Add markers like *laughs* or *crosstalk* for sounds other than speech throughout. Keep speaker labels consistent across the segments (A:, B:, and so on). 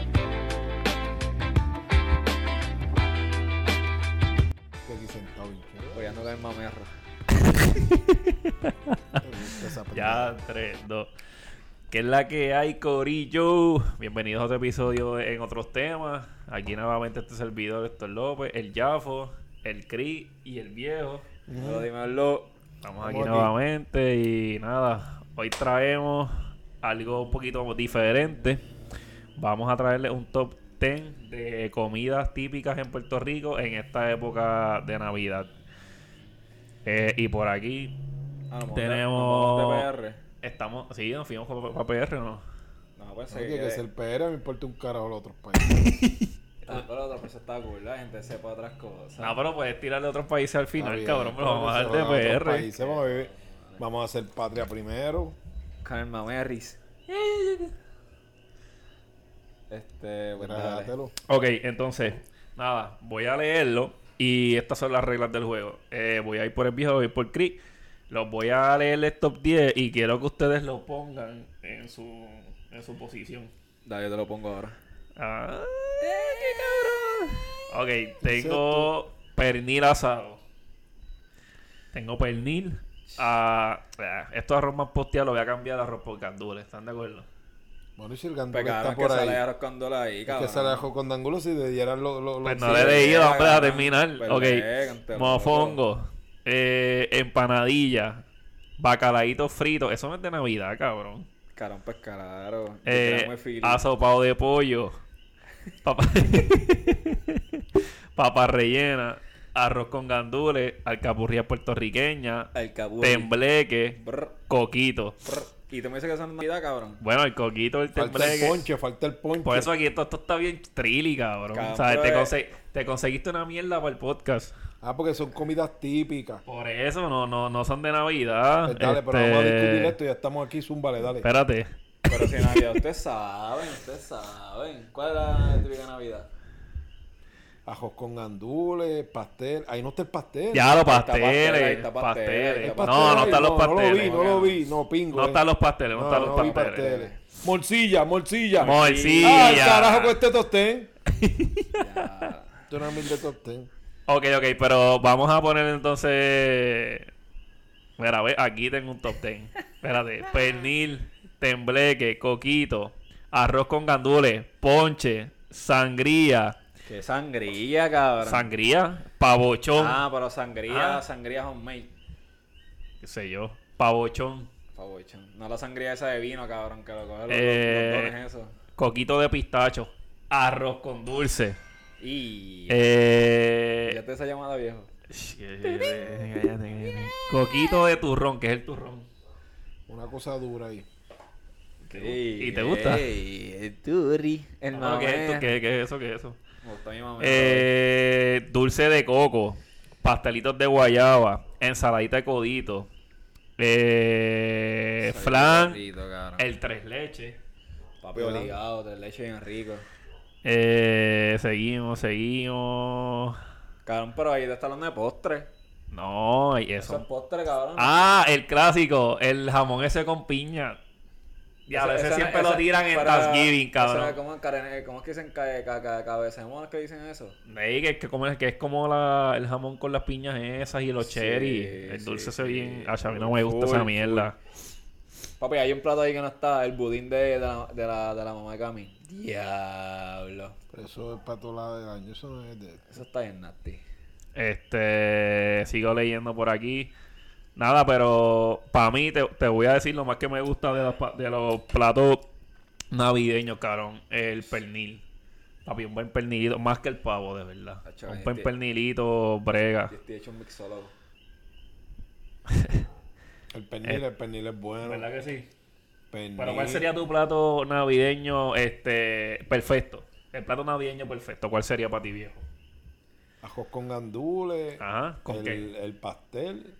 A: *laughs*
B: Pues,
C: coreano Pues caen mamerro.
B: pues, Esa pendeja.
A: Ya, 3, 2. ¿Qué es la que hay, Corillo? Bienvenidos a otro episodio de en otros temas. Aquí nuevamente este servidor, Héctor López, el Jafo, el Cri y el Viejo.
C: Pero dímelo. Ah,
A: Estamos
B: Estamos
A: aquí
B: aquí.
A: nuevamente y nada, hoy traemos algo un poquito diferente. Vamos a traerles un top 10 de comidas típicas en Puerto Rico en esta época de Navidad. Eh, y por aquí
C: Ah, nos vamos de-
A: Tenemos-
C: nos vamos de PR.
A: estamos... Sí, nos fuimos para PR, ¿o ¿no?
C: No, pues
B: No,
C: sí,
B: tiene que
A: eh.
C: que-
B: ser PR, me importa un carajo los otros países.
C: Ah, pero otra cosa está cool, la gente sepa otras cosas.
A: No, pero puedes tirar de otros países al final,
B: Está bien,
A: cabrón. Pero vamos a
B: se
A: dar
B: van otros
A: de PR.
B: países, vamos a vivir- Vamos a hacer patria primero.
C: Carmen Mamerris. Este, pues dale.
B: Grábatelo.
A: Ok, entonces, nada, voy a leerlo. Y estas son las reglas del juego. Eh, voy a ir por el viejo, voy a ir por Crick. Los voy a leer el top 10 y quiero que ustedes lo pongan en su, en su posición.
C: Dale, yo te lo pongo ahora.
A: Ah, qué cabrón! Ok, tengo pernil asado. Tengo pernil. ah, ah, esto de arroz más posteado lo voy a cambiar de arroz por candules. ¿Están de acuerdo?
B: Bueno, y si el gandulo
C: Pecado
B: está
C: es Pues, que
B: por
C: sale
B: ahí.
C: arroz candola ahí,
B: Es que
C: cabrón.
B: se la dejó con Dangulo si le dieran los... Lo, lo,
A: Pues
B: si
A: no le he
B: le-
C: de-
A: leído, vamos a
C: cabrón.
A: terminar.
C: Pues
A: ok.
C: léganse,
A: Mofongo. Eh, empanadilla. Bacalaíto frito. Eso no es de Navidad, cabrón.
C: Carón, pues claro.
A: Eh,
C: Tenemos el feeling.
A: asopado de pollo. Papa... *laughs* Papa rellena. Arroz con gandules. Alcapurría puertorriqueña.
C: El cabullo.
A: Tembleque.
C: Brr,
A: Coquito.
C: brr. Y tú me dices que eso no es Navidad, cabrón.
A: Bueno, el coquito, el
B: Falta el
A: tembleque.
B: ponche, falta el ponche.
A: Por eso aquí esto, esto está bien trilly, cabrón.
C: Cabrón,
A: O sea, te,
C: pero,
A: conse- te conseguiste una mierda para el podcast.
B: Ah, porque son comidas típicas.
A: Por eso, no, no, no son de Navidad.
B: Pues dale, pero
A: Este,
B: vamos a discutir esto. Ya estamos aquí, zúmbale, dale.
A: Espérate.
C: Pero si en Navidad, ustedes saben, ustedes saben. ¿Cuál es la típica Navidad?
B: Ajos con gandules, pastel. Ahí no está el pastel.
A: Ya, los
C: está
A: pasteles.
C: pastel, ahí está pastel, ahí
A: pasteles.
C: está
A: No, no
B: ahí,
A: están los
B: No lo vi,
A: pasteles.
B: no lo vi. No, pingo.
A: No
B: eh.
A: están los pasteles, no
B: No,
A: están los
B: no vi
A: pasteles.
B: pasteles. Morcilla, morcilla. Ah, el carajo con
A: Morcilla.
B: este
A: *laughs*
B: tostén.
C: Ya.
B: Esto es una mil de tostén.
A: Ok, ok, pero vamos a poner entonces. Mira, ve, aquí tengo un top 10. Espérate. Pernil, tembleque, coquito, arroz con gandules, ponche, sangría.
C: Qué sangría, cabrón.
A: Sangría, pavochón.
C: Ah, pero sangría,
A: Ah.
C: sangría homemade.
A: qué sé yo, pavochón,
C: Favor, chon. No la sangría esa de vino, cabrón, que lo coge los,
A: Eh.
C: los dones eso.
A: coquito de pistacho, arroz con dulce.
C: Y ya
A: Eh,
C: te esa llamada viejo.
A: coquito de turrón, que es el turrón.
B: Una cosa dura ahí.
C: Ey,
A: ¿Y te gusta? Ah,
C: ey, el turi, el
A: No, ¿qué, es
C: mamé.
A: esto? ¿Qué- qué es eso? ¿Qué es eso?
C: Me gusta mi mamá.
A: Eh, dulce de coco, pastelitos de guayaba, ensaladita de codito, eh,
C: Soy
A: flan,
C: gordito, cabrón.
A: el tres leches.
C: Papi obligado, tres leche bien rico.
A: Eh, seguimos, seguimos.
C: Cabrón, pero ahí te está hablando de postre.
A: No, y
C: Eso
A: eso
C: es postre, cabrón.
A: Ah, el clásico, el jamón ese con piña. Ya,
C: Ese-
A: ese,
C: ese-
A: siempre
C: ese-
A: lo tiran en
C: pero-
A: Thanksgiving,
C: ese-
A: cabrón.
C: ¿cómo, es care- ¿Cómo es que dicen ca- ca- ca- cabecemonas que dicen eso?
A: Ey, que, que como, que es como la- el jamón con las piñas esas y los
C: Sí,
A: cherry. El
C: sí,
A: dulce se
C: sí.
A: bien. Ach, a mí no me gusta esa
C: Full,
A: mierda.
C: Papi, hay un plato ahí que no está, el budín de, de la, de, la, de la mamá de Cami. Diablo.
B: Pero eso es para todo lado del año. Eso no es de...
C: Eso está bien nasty.
A: Este, sigo leyendo por aquí. Nada, pero para mí te, te voy a decir lo más que me gusta de los, pa- de los platos navideños, cabrón. El pernil. Papi, un buen pernilito, más que el pavo, de verdad.
C: Acho,
A: un
C: este-
A: buen pernilito, brega.
C: Yo estoy hecho un mixólogo.
B: El pernil, el pernil es bueno.
A: Eh, ¿Verdad que sí?
B: Pernil.
A: Pero ¿cuál sería tu plato navideño este perfecto? El plato navideño perfecto, ¿cuál sería para ti, viejo?
B: Ajos con gandules.
A: Ajá, ¿con
B: el,
A: qué?
B: el pastel.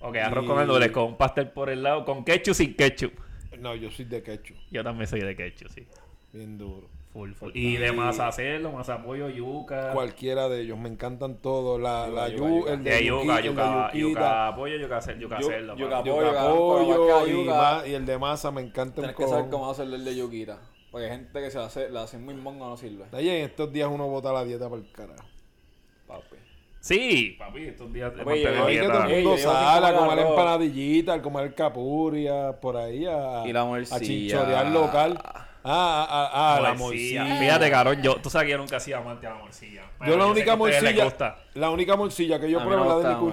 A: Ok, arroz con
B: Y-
A: gandules, con un pastel por el lado, con ketchup sin ketchup.
B: No, yo soy de quechu.
A: Yo también soy de ketchup, sí.
B: Bien duro.
A: Full, full.
B: Pues,
A: Y de masa cerdo, masa pollo, yuca.
B: Cualquiera de ellos. Me encantan todos. La, la
C: Yuca,
B: yu-
C: yuca.
B: el de
A: De yuca,
B: yuquita, el
A: yuca,
B: de yuquita,
A: yuca, pollo, yuca, cer- yuca
C: Yu-
A: cerdo.
C: yuca
A: mano.
C: pollo.
B: yuca
C: cabrón,
B: pollo
C: pero acá
B: y,
C: yuca.
B: ma- y el de masa me encanta un
C: Tienes que saber
B: cojón.
C: cómo hacerle el de Yukira. Porque hay gente que se la hace, la hace muy mongo no sirve.
B: Oye, en estos días uno bota la dieta para el carajo.
C: Papi.
A: Sí, papi, estos días te
C: Oye,
A: mantengo
C: oye,
B: Ahí que
A: dieta.
B: todo el
C: Ey,
B: mundo
C: yo digo
B: sale a
C: cinco
B: comer
C: arroz.
B: empanadillita, a comer capuria, por ahí a,
C: Y la
B: a
C: morcilla.
B: chinchorear local. Ah, ah, ah, ah, la
A: Morcilla.
B: morcilla.
A: Fíjate, cabrón, yo, tú sabes que yo nunca he sido amante a la morcilla.
B: Yo la
A: pero sé que a
B: única
A: ustedes les
B: morcilla,
A: gusta.
B: la única morcilla que
C: A
B: yo
C: mí
B: pruebo
C: me
B: es la de
C: gusta
B: mi
C: la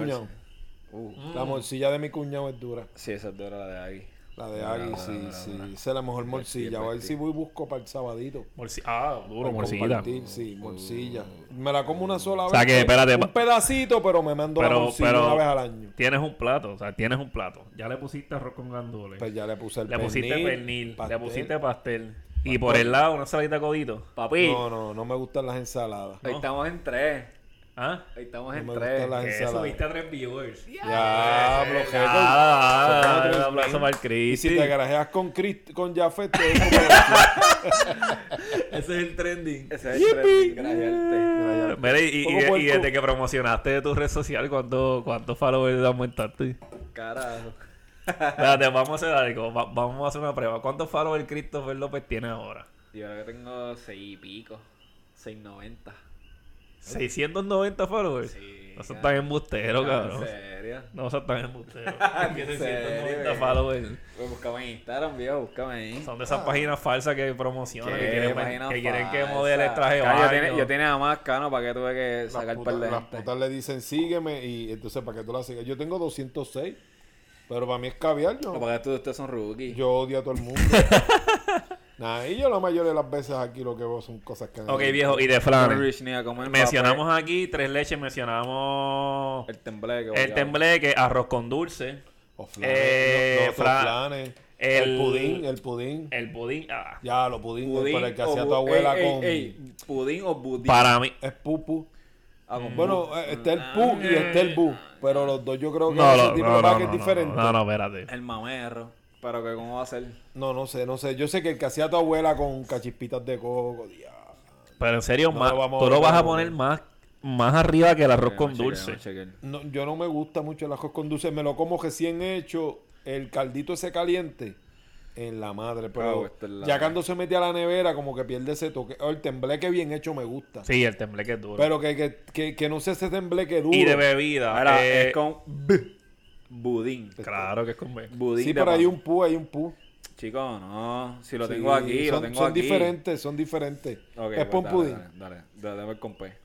B: cuñado.
C: Uh,
B: La morcilla de mi cuñado es dura.
C: sí, esa es dura la de Agui.
B: La de
C: Dura,
B: Agui,
C: dura,
B: sí,
C: dura,
B: sí.
C: dura.
B: Esa es la mejor morcilla. A ver
C: divertido.
B: si voy y busco para el sabadito.
A: Morci- Ah, duro,
B: Para
A: morcillita. Uh.
B: compartir, sí, morcilla. Me la como una sola
A: O
B: vez.
A: sea que, espérate,
B: Un
A: pa-
B: pedacito, pero me mando la
A: Pero-
B: morcilla
A: pero-
B: una vez al año.
A: tienes un plato, o sea, tienes un plato. Ya le pusiste arroz con gandules.
B: Pues ya le puse el
A: le pusiste pernil,
B: pastel.
A: le pusiste pastel. Y por el lado, una saladita de codito.
C: Papi,
B: No, no, no me gustan las ensaladas.
C: ahí estamos en tres.
A: ¿Ah?
C: Ahí estamos
B: No
C: en
B: me
C: tres.
B: gustan las
A: Que
B: ensaladas.
A: subiste a tres viewers.
B: Ya,
A: eh,
B: bloqueo.
A: Ah,
B: Son
A: un
B: otros
A: abrazo
B: mil.
A: para el
B: Y si
A: Cristi.
B: te grajeas con, Crist- con Jafet, te doy como-
A: *laughs* Ese es el trending.
C: Ese es el tres. Gracias al té.
A: Mira, y, y-
B: Poco
A: y- y
B: puerco.
A: desde que promocionaste tu red social, ¿cuántos cuánto followers aumentaste?
C: Carajo.
A: Espérate, vamos a hacer algo. va- vamos a hacer una prueba. ¿Cuántos followers Christopher López tiene ahora?
C: Yo creo que tengo seis y pico. 690.
A: 690 followers.
C: Sí,
A: no seas
C: cabrón.
A: tan embustero, cabrón. Ah,
C: ¿En serio?
A: No seas tan embustero. Tiene
C: ¿En serio,
A: 690
C: güey?
A: followers.
C: Pues búscame en Instagram, viejo, búscame ahí.
A: Son de esas páginas falsas que promocionan, que
C: Qué
A: quieren,
C: página
A: que, quieren que
C: falsa.
A: modeles traje
C: Claro, yo
A: baño.
C: tenía- Yo tenía más cano para que tuve que
B: Las
C: sacar un par
B: putas,
C: de
B: las
C: gente.
B: putas le dicen sígueme y entonces para que tú la sigas. Yo tengo 206, pero para mí es caviar. Yo,
C: No, para que tú, ustedes son rookies.
B: yo odio a todo el mundo.
A: *laughs*
B: nah, y yo la mayoría de las veces aquí lo que veo son cosas que...
A: Ok, viejo, y de
C: No
A: flanes.
C: reach ni a comer
A: Mencionamos aquí tres leches, mencionamos
C: papel. el tembleque.
A: el
C: obligado.
A: tembleque, arroz con dulce,
B: O flanes.
A: Eh,
B: no, no, son
A: fra-
B: flanes.
A: el-
B: El, pudín, el pudín.
A: el pudín. ah.
B: Ya, lo pudín,
C: Pudín
B: pero el que
C: o
B: hacía
C: bu-
B: tu abuela
C: ey, ey,
B: con...
C: ey, pudín o budín.
A: Para mí,
B: Es pupu.
C: Ah, con
B: Bueno, eh, está el pu y está el bu. Pero los dos yo creo que
A: no,
B: ese
A: no,
B: tipo
A: no,
B: de
A: no,
B: pack
A: no,
B: es diferente.
A: no, no, no, espérate.
C: El mamerro. Pero que cómo va a ser.
B: No, no sé, no sé. Yo sé que el que hacía tu abuela con cachispitas de coco, diablo.
A: Pero en serio,
B: No,
A: más-
B: vamos a
A: tú lo
B: ver,
A: vas a
B: vamos a
A: poner
B: ver.
A: más, más arriba que el arroz con
C: Vamos a
A: dulce.
C: chequear, vamos a chequear.
B: No, yo no me gusta mucho el arroz con dulce. Me lo como recién hecho. El caldito ese caliente. En la madre, pero
C: Ah, esta es la-
B: ya cuando se mete a la nevera, como que pierde ese toque. Oh, el tembleque bien hecho me gusta.
A: Sí, el tembleque es duro.
B: Pero que, que, que, que no sea ese tembleque duro.
A: y de bebida.
C: Ahora
A: eh,
C: es con b- budín.
A: Claro que es con bebida.
C: Budín
B: sí,
C: de
B: pero hay
C: pan.
B: un pu, hay un pu.
C: Chico, no. Si lo
B: Sí,
C: tengo aquí,
B: son,
C: lo tengo
B: son
C: aquí.
B: diferentes, son diferentes.
C: Ok,
B: es
C: pues
B: pon
C: dale,
B: pudín.
C: Dale, dale, dale, dame el con P.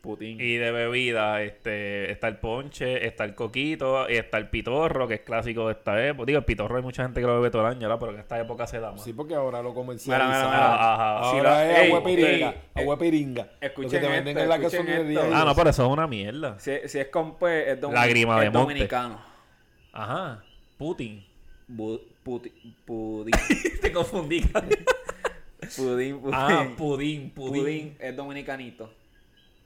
C: Putín.
A: Y de bebida, este, está el ponche, está el coquito, y está el pitorro, que es clásico de esta época. Digo, el pitorro hay mucha gente que lo bebe todo el año, ¿verdad? Pero que en esta época se da más.
B: Sí, porque ahora lo comercializan.
C: Mira, mira,
A: mira. Ajá.
B: Ahora
C: Si lo-
B: es agua
C: Ey,
B: piringa.
C: ustedes-
B: agua piringa. lo que
C: escuchen
B: te venden
C: esto,
B: en la
C: escuchen
B: gasolinería.
C: esto. pues,
B: y
A: ah, no,
B: eso.
A: pero eso es una mierda.
C: Si, si es con P, es, domin-
A: Lágrima de
C: es
A: monte.
C: dominicano.
A: Ajá. Putin.
C: Bu- puti- pudín.
A: *laughs* Te confundí.
C: Pudín, pudín.
A: ah, pudín, pudín.
C: Pudín es dominicanito.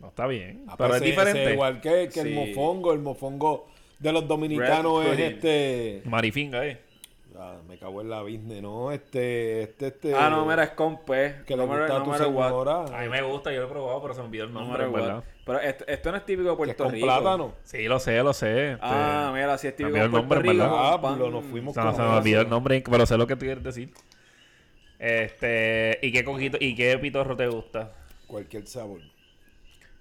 A: No está bien.
B: Ah,
A: pero
B: pues
A: es
B: ese- ese
A: diferente.
B: es igual que, que el
C: Sí.
B: mofongo. El mofongo de los dominicanos
C: Red
B: es
C: pudding.
B: este...
A: Marifinga, eh.
B: Ah, me cago en la business, ¿no? Este, este, este...
C: Ah, no, mira, es con P.
B: Que le
C: no me
B: gusta a tu señora.
A: A mí me gusta, yo lo he probado, pero se me olvidó el
C: No
A: nombre, en ¿verdad?
C: Pero esto, esto no es típico de
B: Que es
C: Puerto
B: con
C: Rico.
B: plátano.
A: Sí, lo sé, lo sé. este,
C: Ah, mira, sí es típico
A: Cambió
C: de
A: el
C: Puerto
A: nombre, en
C: Rico.
B: ¿verdad?
C: con
B: Diablo,
C: pan.
B: Ah, nos fuimos
A: O sea, no se me olvidó el nombre, pero sé lo que tú quieres decir. Este, ¿y qué coquito, y qué pitorro te gusta?
B: Cualquier sabor.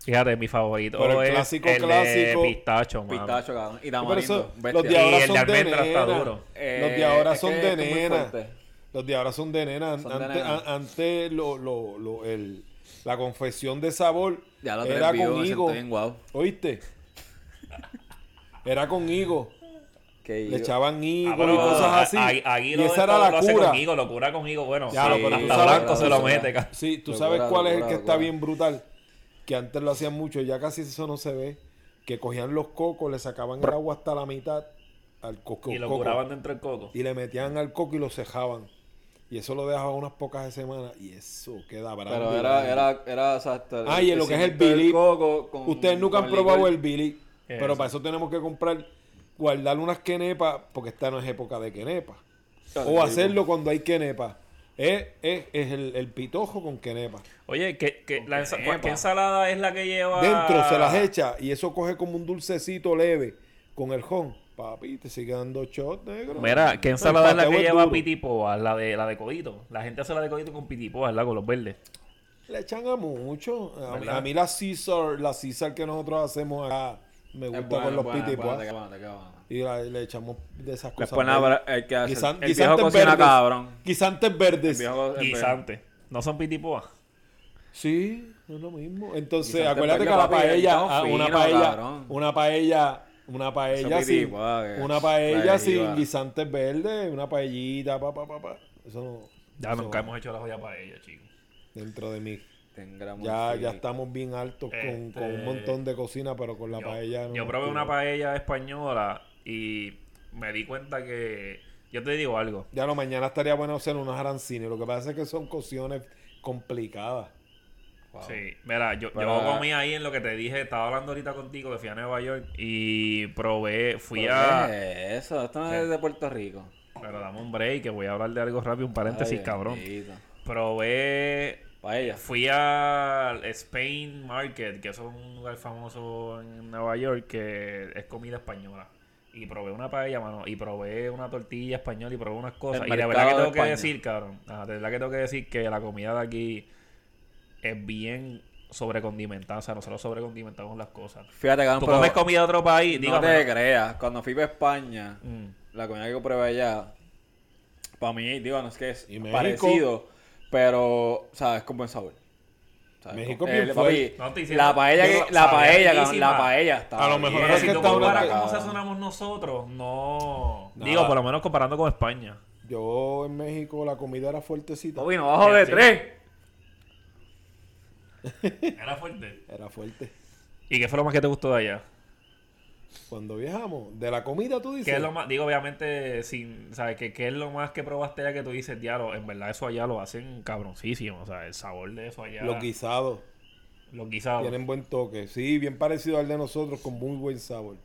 A: Fíjate, mi favorito
B: Pero el
A: es
B: clásico,
A: el
B: clásico.
A: de pistacho, mano.
C: Pistacho, cabrón. Y
B: Pero eso-
C: tamarindo.
B: los de
A: Y
B: ahora
A: el
B: son
A: de
B: de
A: almendra está
B: nena.
A: duro.
C: Eh,
B: los de ahora
C: es
B: son
C: que
B: de
C: esto es muy
B: nena.
C: fuerte.
B: Los de ahora son de nena.
C: Son de
B: antes
C: nena.
B: an- antes lo, lo, lo- el- la confesión de sabor
C: Ya lo
B: era
C: tres
B: con
C: vivos,
B: higo.
C: me bien guau.
B: ¿Oíste? Era con higo.
C: Que
B: Le echaban higo
A: Ah, pero
B: y cosas así.
A: a- a- Aguilo
B: y
A: de
B: esa era
A: todo
B: la
A: lo hace
B: cura.
A: Conmigo, lo cura conmigo, bueno.
B: Ya, lo- pero tú
A: hasta
B: sabes-
A: blanco se lo
C: tú
A: mete.
C: sabes.
A: ca-
B: Sí, tú
C: Locura,
B: sabes cuál es el
C: locura,
B: que está
C: locura.
B: bien brutal. Que antes lo hacían mucho, ya casi eso no se ve. Que cogían los cocos, le sacaban el agua hasta la mitad al coco.
A: Y lo
B: coco.
A: curaban dentro del coco.
B: y le metían al coco y lo cejaban. Y eso lo dejaban unas pocas de semanas y eso queda bravo.
C: Pero era, era, era, o sea, hasta el-
B: Ah, y lo que es el
C: cimiento del
B: Billy.
C: coco con-
B: Ustedes nunca
C: con
B: han probado
C: licor.
B: el Billy,
A: ¿Qué es
B: pero
A: eso?
B: para eso tenemos que comprar, guardar unas quenepas, porque esta no es época de quenepas. O
C: pues.
B: hacerlo cuando hay quenepas. Es, es, es el, el pitojo con quenepas.
A: Oye, ¿qué, qué, la ensa-
C: crema.
A: ¿qué ensalada es la que lleva?
B: Dentro se las echa y eso coge como un dulcecito leve con el jón. Papi, te sigue dando shot, negro.
A: Mira, ¿qué
B: El
A: ensalada es la
B: pateo
A: que lleva
B: duro.
A: pitipoa? La de, la de codito. La gente hace la de codito con pitipoa, ¿verdad? Con los verdes.
B: Le echan a mucho. A,
C: ¿Verdad?
B: a mí la Caesar, la Caesar que nosotros hacemos acá, me gusta
C: Es buena,
B: con los
C: es buena,
B: piti,
C: es buena,
B: pues.
C: te quema, te quema.
B: Y la- le echamos de esas cosas.
C: Después nada,
B: verdes.
C: pero el que hace-
B: Guisan-
C: el viejo
B: guisantes
C: cocina
B: verdes.
C: cabrón.
B: Guisantes
C: El
B: verdes.
C: viejo- el viejo-
A: Guisante. No son pitipoas.
B: Sí, es lo mismo. Entonces,
C: Guisantes
B: acuérdate que
C: verdes,
B: la
C: papi, ahí
B: paella,
C: estamos
B: ah, una
C: finos,
B: paella,
C: cabrón.
B: una paella, una paella
C: Eso
B: sin,
C: pitipo, ah, que-
B: una paella
C: ahí
B: sin
C: va.
B: guisantes verdes, una paellita, pa, pa, pa, pa. Eso no,
A: Ya nunca hemos hecho la joya para ella, chicos.
B: dentro de mí.
C: Tendrá mucho
B: Ya,
C: feeling.
B: ya estamos bien altos con,
A: Este-
B: con un montón de cocina, pero con la
A: yo,
B: paella. no
A: yo
B: nos
A: probé
B: tiro.
A: una paella española y me di cuenta que. Yo te digo algo.
B: Ya lo mañana estaría bueno hacer unos arancines. Lo que pasa es que son cocciones complicadas.
C: Wow.
A: Sí, mira, yo, yo
C: Para-
A: comí ahí en lo que te dije, estaba hablando ahorita contigo que fui a Nueva York y probé, fui
C: ¿Pero
A: a...
C: qué es eso? Esto no es de Puerto Rico.
A: Pero dame un break, que voy a hablar de algo rápido, un paréntesis,
C: Ay,
A: cabrón.
C: bendito.
A: Probé,
C: Paella.
A: fui al Spain Market, que es un lugar famoso en Nueva York que es comida española. Y probé una paella, mano, y probé una tortilla española y probé unas cosas.
C: El
A: y de verdad
C: mercado
A: que
C: de
A: tengo que
C: España.
A: decir, cabrón, ah, de verdad que tengo que decir que la comida de aquí es bien sobrecondimentada. O sea, nosotros sobrecondimentamos las cosas.
C: Fíjate, cabrón,
A: Tú
C: Ah, pero
A: comes comida de otro país,
C: no
A: dígame.
C: te creas. Cuando fui para España,
A: Mm.
C: la comida que probé allá, para mí, digo, no es que es
B: Y México.
C: parecido, pero, ¿sabes? Con buen sabor. ¿Sabes?
B: México
C: Con-
B: bien fuerte.
A: No estoy diciendo-
C: la paella,
A: Digo,
C: que- la
A: sabía
C: paella, cabrón,
A: riquísima.
C: la paella está
B: A lo mejor
C: bien.
A: Pero
B: es
A: si
B: que
A: tú
B: está una-
A: comparas
B: hablando-
A: cómo sazonamos nosotros, no.
B: Nada.
A: Digo, por lo menos comparando con España.
B: Yo en México la comida era fuertecita.
C: Bobby, no bajo de
A: Sí.
C: tres.
A: Era fuerte.
B: Era fuerte.
A: ¿Y qué fue lo más que te gustó de allá?
B: Cuando viajamos, de la comida tú dices.
A: ¿Qué es lo más? Digo, obviamente, sin, ¿sabes? ¿Qué, ¿Qué es lo más que probaste allá que tú dices, diablo? En verdad, eso allá lo hacen cabroncísimo. O sea, el sabor de eso allá.
B: Los guisados.
A: los guisados.
B: Tienen buen toque. Sí, bien parecido al de nosotros, con muy buen sabor.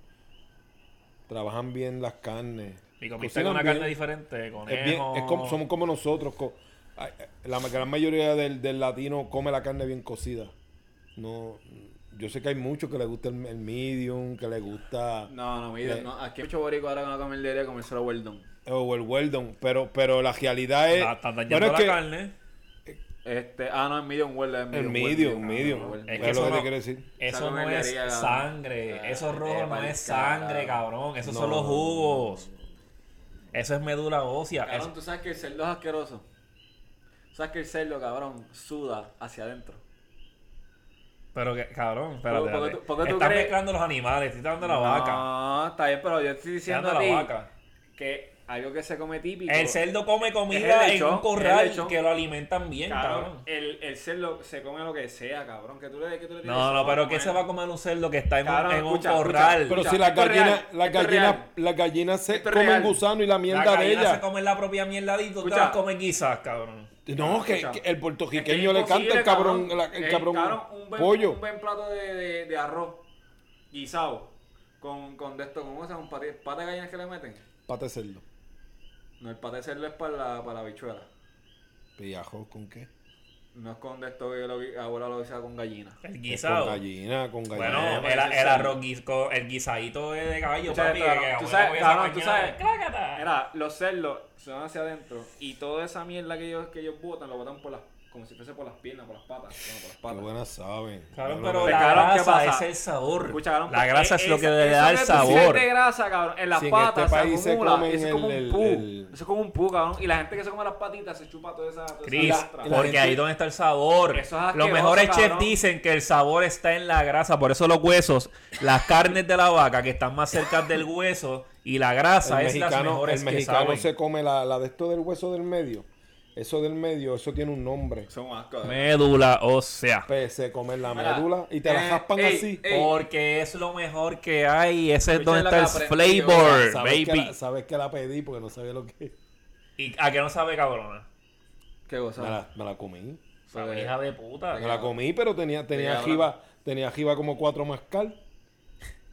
B: Trabajan bien las carnes.
A: Y comiste
B: Cocinan
A: con una
B: bien.
A: carne diferente, con
B: Es bien, es como, somos como nosotros. co- ay, ay, la ma- gran mayoría del, del latino come la carne bien cocida. No, yo sé que hay muchos que les gusta el, el medium, que les gusta
C: No, no, mira,
B: Eh.
C: no, aquí hay mucho boricua ahora que no comen diaria comerse los hueldón.
B: o el well done, pero, pero la realidad es.
A: Están dañando
B: bueno, es
A: la
B: que-
A: carne.
C: Este, ah, no, es medium well, es
B: El
C: medium well,
B: medium,
C: ah,
B: medium.
C: well.
A: Es
B: Es
A: que
B: lo
A: eso
B: que
A: no-
B: te quiero decir.
A: Eso no es
C: carnicería, cabrón.
A: sangre.
C: Ah,
A: Eso
C: eh,
A: rojo no
C: pa'l
A: es
C: carajo.
A: sangre, cabrón. Esos son los jugos. Eso es médula ósea.
C: Cabrón,
A: Eso-
C: tú sabes que el cerdo es asqueroso. Sabes que el cerdo, cabrón, suda hacia adentro.
A: Pero, que, cabrón, espérate.
C: ¿Por- por qué
A: espérate.
C: tú- por qué tú
A: Estás
C: crees-
A: mezclando los animales, estoy dando la
C: no,
A: vaca.
C: está bien, pero yo estoy
A: Estoy
C: diciendo
A: dando
C: a
A: la
C: ti
A: vaca.
C: que algo que se come típico.
A: El cerdo come
C: Es
A: comida
C: el lechón,
A: en un
C: es el
A: corral
C: lechón.
A: que lo alimentan bien, cabrón.
C: cabrón, el, el cerdo se come lo que sea, cabrón. Que tú le, que tú le tienes
A: No, no,
C: sabor,
A: pero ¿qué
C: man.
A: se va a comer un cerdo que está en, un-
C: Cabrón,
A: en un
C: escucha,
A: corral?
C: escucha.
B: Pero
C: Escucha,
B: si las
C: esto es
B: gallinas,
C: real,
B: las
C: esto es
B: gallinas,
C: real.
B: las gallinas se
C: Esto es
B: comen
C: real.
B: gusano y la
A: La
B: mierda de
A: gallina se
B: ellas.
A: come la propia mierdadita y tú
C: Escucha.
A: las comes guisas, cabrón.
B: No, que, que
C: Escucha.
B: el
C: Es que es
B: puertorriqueño le canta
C: imposible,
B: el cabrón, la- el
C: Eh,
B: cabrón,
C: un buen,
B: pollo.
C: Un buen plato de, de, de arroz guisado con, con de esto, ¿cómo se llama? Un pate, pata de gallinas que le meten.
B: Pate cerdo.
C: No, el pate de cerdo es para la, para la bichuela.
B: Pillajo, ¿con qué?
C: No es con de esto que lo, gui- ahora lo guisa con gallina.
A: El
B: Con
A: guisado.
B: gallina, con gallina.
A: Bueno,
C: Eh,
A: el,
C: parece
A: el
C: cerdo.
A: arroz guis- con- el guisadito de, de caballo,
C: Escucha
A: papi.
C: esto,
A: que
C: cabrón. Tú
A: abuela
C: sabes-
A: cogía
C: cabrón,
A: esa
C: tú
A: mañana,
C: sabes-
A: ¡cácata!
C: Mira, los cerdos se van hacia adentro y toda esa mierda que ellos, que ellos botan, lo botan por las, como si fuese por las piernas, por las patas. Bueno, por las
B: Qué
C: patas.
B: buena saben.
A: Cabrón,
B: Yo no
A: pero
C: Pero,
A: la
C: cabrón, ¿qué
A: grasa
C: pasa?
A: es el sabor.
C: Escucha, cabrón,
A: la
C: pues,
A: grasa es, lo
C: esa-
A: que le
C: eso
A: da el
C: que tú sientes
A: sabor.
C: grasa, cabrón, en las
B: Si en
C: patas
B: este país
C: se
B: se
C: acumula.
B: comen
C: eso es como
B: el-
C: un
B: el-
C: pu.
B: el-
C: Eso es como un pu, cabrón. Y la gente que se come las patitas se chupa toda esa. Toda esa
A: Chris,
C: grasa.
B: la
A: porque
B: gente-
A: ahí donde está el sabor.
C: Eso es asqueroso,
A: Los mejores chefs
C: cabrón.
A: dicen que el sabor está en la grasa, por eso los huesos, las carnes de la vaca que están más cerca del hueso y la grasa
B: El
A: es las
B: mexicano,
A: mejores
B: el
A: que
B: mexicano
A: saben.
B: se come la, la de esto del hueso del medio. Eso del medio, eso tiene un nombre.
C: Eso es un asco. cabrón.
A: Médula ósea.
B: Pues, se come la
C: Mira,
B: médula y te
C: eh,
B: la jaspan
C: ey,
B: así. Oh,
C: ey,
A: Porque es lo mejor que hay. Ese es
C: Escuchen
A: donde
C: lo
A: está el
C: que aprendí,
A: flavor,
B: sabes, Que
A: baby.
B: la, sabes que la pedí porque no sabía lo que...
A: ¿Y a qué no sabe, cabrona?
C: Qué
B: Me
C: gozada.
B: la, me la comí.
A: Sabe, hija de puta.
B: Me la comí, pero tenía, tenía
C: Venga,
B: jiba, tenía jiba como cuatro mascal.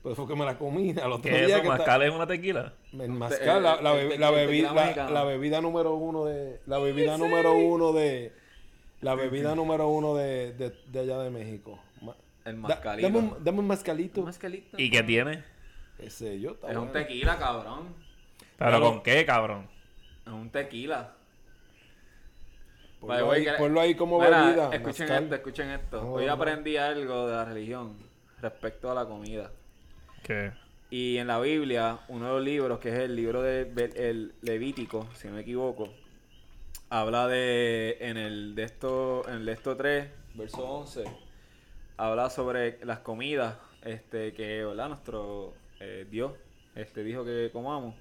B: Pues fue que me la comí. Al otro
A: ¿Qué es
B: día
A: eso?
B: que ta-
A: ¿Mascal es una tequila?
B: El mascal, la, la
C: El
B: bebi-
C: tequi-
B: la bebida,
C: el eh, tequila
B: la,
C: mexicano.
B: la bebida número uno de, la bebida número uno de, la bebida número uno de, de, de allá de México. Ma-
C: El
B: da-
C: mascalito.
B: dame, un, dame un mascalito.
C: Un mascalito.
A: ¿Y qué tiene?
B: Qué sé yo, está
C: Es un
B: bueno.
C: tequila, cabrón.
A: ¿Pero
B: Claro.
A: con qué, cabrón?
C: Es un tequila.
B: Ponlo,
C: Vale,
B: ahí,
C: voy, que-
B: ponlo ahí como
C: Mira,
B: bebida.
C: Escuchen este-
B: mezcal.
C: esto, escuchen esto.
B: No,
C: Hoy
B: no.
C: aprendí algo de la religión respecto a la comida.
A: Que
C: Y en la Biblia, uno de los libros, que es el libro de Be- el Levítico, si no me equivoco, habla de en el de esto en el de esto 3, verso 11, habla sobre las comidas, este que, ¿verdad? Nuestro eh, Dios este dijo que comamos.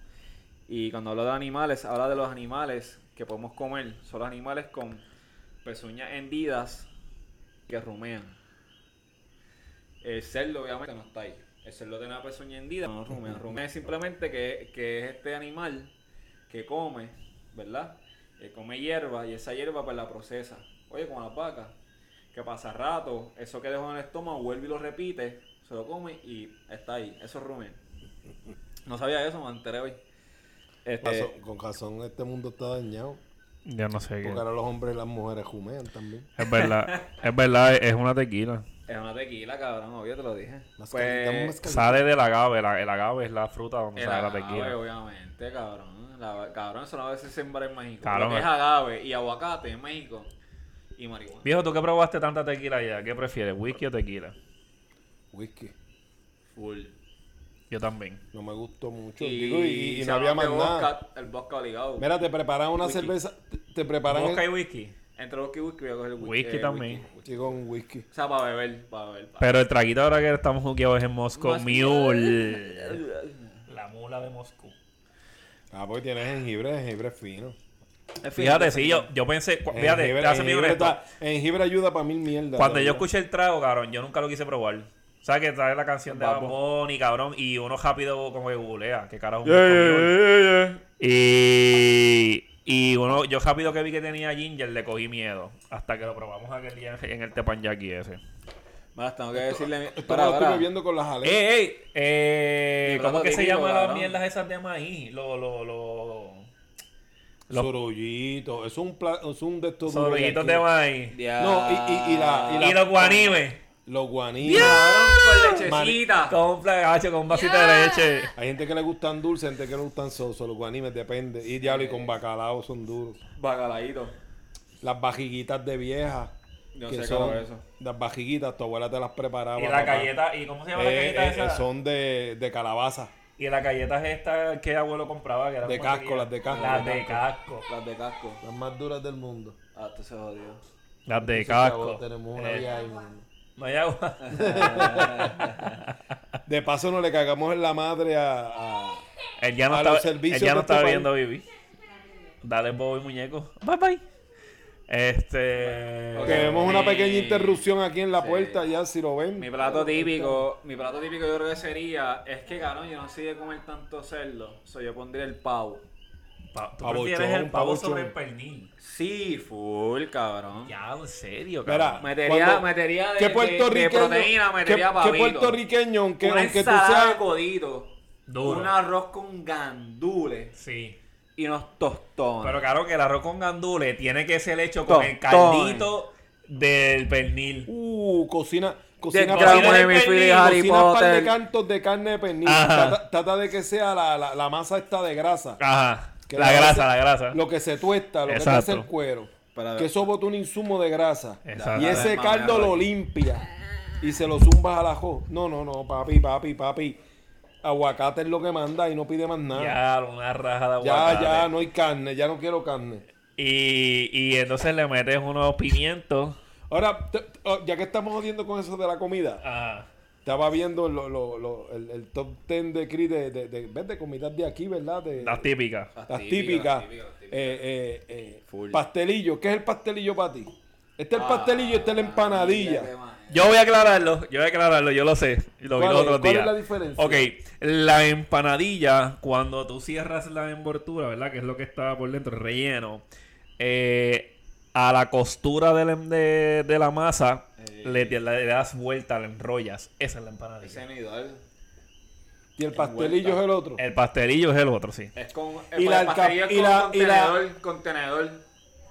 C: Y cuando habla de animales, habla de los animales que podemos comer, son los animales con pezuñas hendidas que rumean. El cerdo obviamente no está ahí. El cerdo tiene la pezuña hendida, no rumea. Rumea es simplemente que, que es este animal que come, ¿verdad? Que come hierba y esa hierba pues la procesa. Oye, como las vacas, que pasa rato, eso que dejó en el estómago vuelve y lo repite, se lo come y está ahí. Eso es rumea. No sabía eso, me enteré hoy. Este,
B: Razón- con razón este mundo está dañado.
A: ya no sé qué.
B: Porque ahora los hombres y las mujeres jumean también.
A: Es verdad, es verdad, es una tequila.
C: es una tequila, cabrón, obvio, te lo dije.
B: Mascarita,
C: Pues,
B: mascarita.
A: Sale del agave, la- el agave es la fruta donde
C: El
A: sale la
C: agave,
A: tequila.
C: obviamente, cabrón. La- cabrón, eso no a veces se sembra en México.
A: Cabrón,
C: Lo que es
A: eh.
C: agave y aguacate en México y marihuana.
A: Viejo, ¿tú qué probaste tanta tequila allá? ¿Qué prefieres, whisky o tequila?
B: Whisky.
C: Full.
A: Yo también.
B: No me gustó mucho. digo, Y, y
C: si
B: no había más
C: hablamos de
B: nada.
C: vodka, El vodka obligado.
B: Mira, te preparan una
C: Whisky.
B: cerveza. te- Te preparan
A: ¿Vodka y
B: el,
A: whisky?
C: Entre vodka y whisky voy a coger el whisky.
A: Whisky también.
C: whisky.
B: Llegó un whisky.
C: O sea, para beber, para beber. Para
A: Pero el traguito ahora que estamos jugueados es en Moscow
C: Moscow.
A: Mule. La mula de Moscú.
B: Ah, porque tiene jengibre, jengibre fino.
A: Fíjate, sí, yo, yo pensé, cu- fíjate,
B: jengibre,
A: te hace mi
B: jengibre
A: reto.
B: está- jengibre ayuda para mil mierdas.
A: Cuando yo
B: ¿verdad?
A: escuché el trago, cabrón, yo nunca lo quise probar. ¿Sabes que trae la canción de
C: Bad
A: Bad y cabrón? Y uno rápido como que googlea, que carajo es un
B: Yeah,
A: español.
B: yeah, yeah, yeah.
A: Y, y uno, yo rápido que vi que tenía Ginger, le cogí miedo. Hasta que lo probamos aquel día en, en el Tepanyaki ese.
C: Más, tengo que decirle.
B: Esto me
C: Para,
B: lo estoy
C: para.
B: bebiendo con las aletas.
A: ¡Ey, ey! Eh,
C: Hablando
A: ¿Cómo es que
C: de
A: se
C: vino,
A: llaman las
C: cabrón.
A: mierdas esas de maíz? Lo, lo, lo... los-
B: Sorollito. Es un, pla- es un de estos duros de
A: Sobrellitos
B: aquí.
A: de maíz.
B: No, y- y- y la-
A: Y los guanimes.
B: Los guaninos.
C: Cabrón, Con
B: Mani-
C: lechecita.
A: Con un plagacho, con un vasito de leche.
B: Hay gente que le gustan dulces, gente que le gustan sosos. Los guanimes, depende. Y diablo, y con bacalao son duros.
C: Bacalaíto.
B: Las bajiguitas de vieja.
C: Yo
B: que
C: sé
B: son-
C: cómo es eso.
B: Las bajiguitas, tu abuela te las preparaba.
A: Y la
B: papá.
A: galleta, ¿y cómo se llama la
B: Eh,
A: galleta
B: eh,
A: esa?
B: son de, de calabaza.
A: Y las galletas estas que abuelo compraba. Que eran
B: De
A: como
B: casco,
A: aquellas-
B: las de casco,
A: Las
B: de
A: de casco.
C: Las de casco.
B: Las más duras del mundo.
C: Ah, esto se jodió.
A: Las de
B: Entonces,
A: casco.
B: chavos, Tenemos una
A: Eh,
B: vida ahí, mano.
A: No hay agua.
B: De paso, no le cagamos en la madre a. a-
A: Él ya no
B: A
A: está,
B: los servicios
A: él ya
B: de
A: no
B: este
A: está
B: país.
A: viendo Vivi. Dale Bobby muñeco. Bye bye. Este.
C: Ok.
B: que vemos una pequeña
C: Sí.
B: interrupción aquí en la
C: Sí.
B: puerta, ya si lo ven.
C: Mi plato típico, mi plato típico yo creo que sería, es que cabrón, yo no sé de comer tanto cerdo, so yo pondría el pavo.
A: Pa- ¿Tú
B: Pavochón,
A: prefieres el pavo
B: pavochón.
A: sobre el pernil?
C: Sí, full, cabrón.
A: Ya, en serio,
B: Mira,
A: cabrón.
C: Metería- metería de-
B: ¿qué
C: de-
B: puertorriqueño-
C: de proteína,
B: ¿qué-
C: metería
B: ¿Qué
C: pavito.
B: puertorriqueño, aunque,
C: Una
B: aunque tú
C: ensalada de
B: seas.
C: codito,
A: Duro.
C: un arroz con gandules
A: Sí.
C: y unos tostones.
A: Pero claro que el arroz con gandules tiene que ser hecho con el
C: Tostones.
A: caldito del pernil.
B: Uh, cocina. Cocina
A: gramo
B: cocina-
A: de mi fili,
B: Cocina un par de cantos de carne de pernil.
A: Ajá.
B: Trata, trata de que sea la, la, la masa esta de grasa.
A: Ajá.
B: Que
A: La grasa, la grasa.
B: Lo que se tuesta, lo que
A: Exacto.
B: te hace el cuero.
C: Para-
B: que eso bota un insumo de grasa.
A: Exacto.
B: Y ese
C: Dale,
B: caldo
C: mami,
B: lo
C: arroz.
B: limpia. Y se lo zumbas al ajo. No, no, no, papi, papi, papi. Aguacate es lo que manda y no pide más nada.
A: Ya, una raja de
B: Ya, ya,
A: aguacate.
B: no hay carne, ya no quiero carne.
A: Y, y entonces le metes unos pimientos.
B: Ahora, te- te- oh, ya que estamos jodiendo con eso de la comida,
A: Ajá.
B: estaba viendo lo- lo- lo- el, el top 10 de Cris de, de, de, ¿ves? de comidas de aquí, ¿verdad? De,
A: Las típicas.
B: las
C: Las
B: típicas.
C: típicas, las típicas, las típicas.
B: Eh, eh, eh,
C: Full.
B: pastelillo. ¿Qué es el pastelillo para ti? Este es el
C: Ah,
B: pastelillo, este es la empanadilla.
C: qué manera.
A: Yo voy a aclararlo, yo voy a aclararlo, yo lo sé. Lo vi
B: ¿Cuál
A: los
B: es?
A: otros
B: ¿Cuál es
A: días.
B: la diferencia?
A: Ok, la empanadilla, cuando tú cierras la envoltura, ¿verdad? Que es lo que está por dentro, relleno. eh, a la costura de la, de, de la masa
C: Eh.
A: le, le das vuelta, la enrollas. Esa es
C: Ese
A: la empanadilla.
C: no es ideal.
B: Y el pastelillo
C: Envuelta.
B: es el otro.
A: El pastelillo es el otro, sí.
C: Es con, es
B: Y
C: con
B: la
C: el pastelillo
B: alca-
C: es
B: y
C: con
B: la- y la-
C: contenedor, contenedor.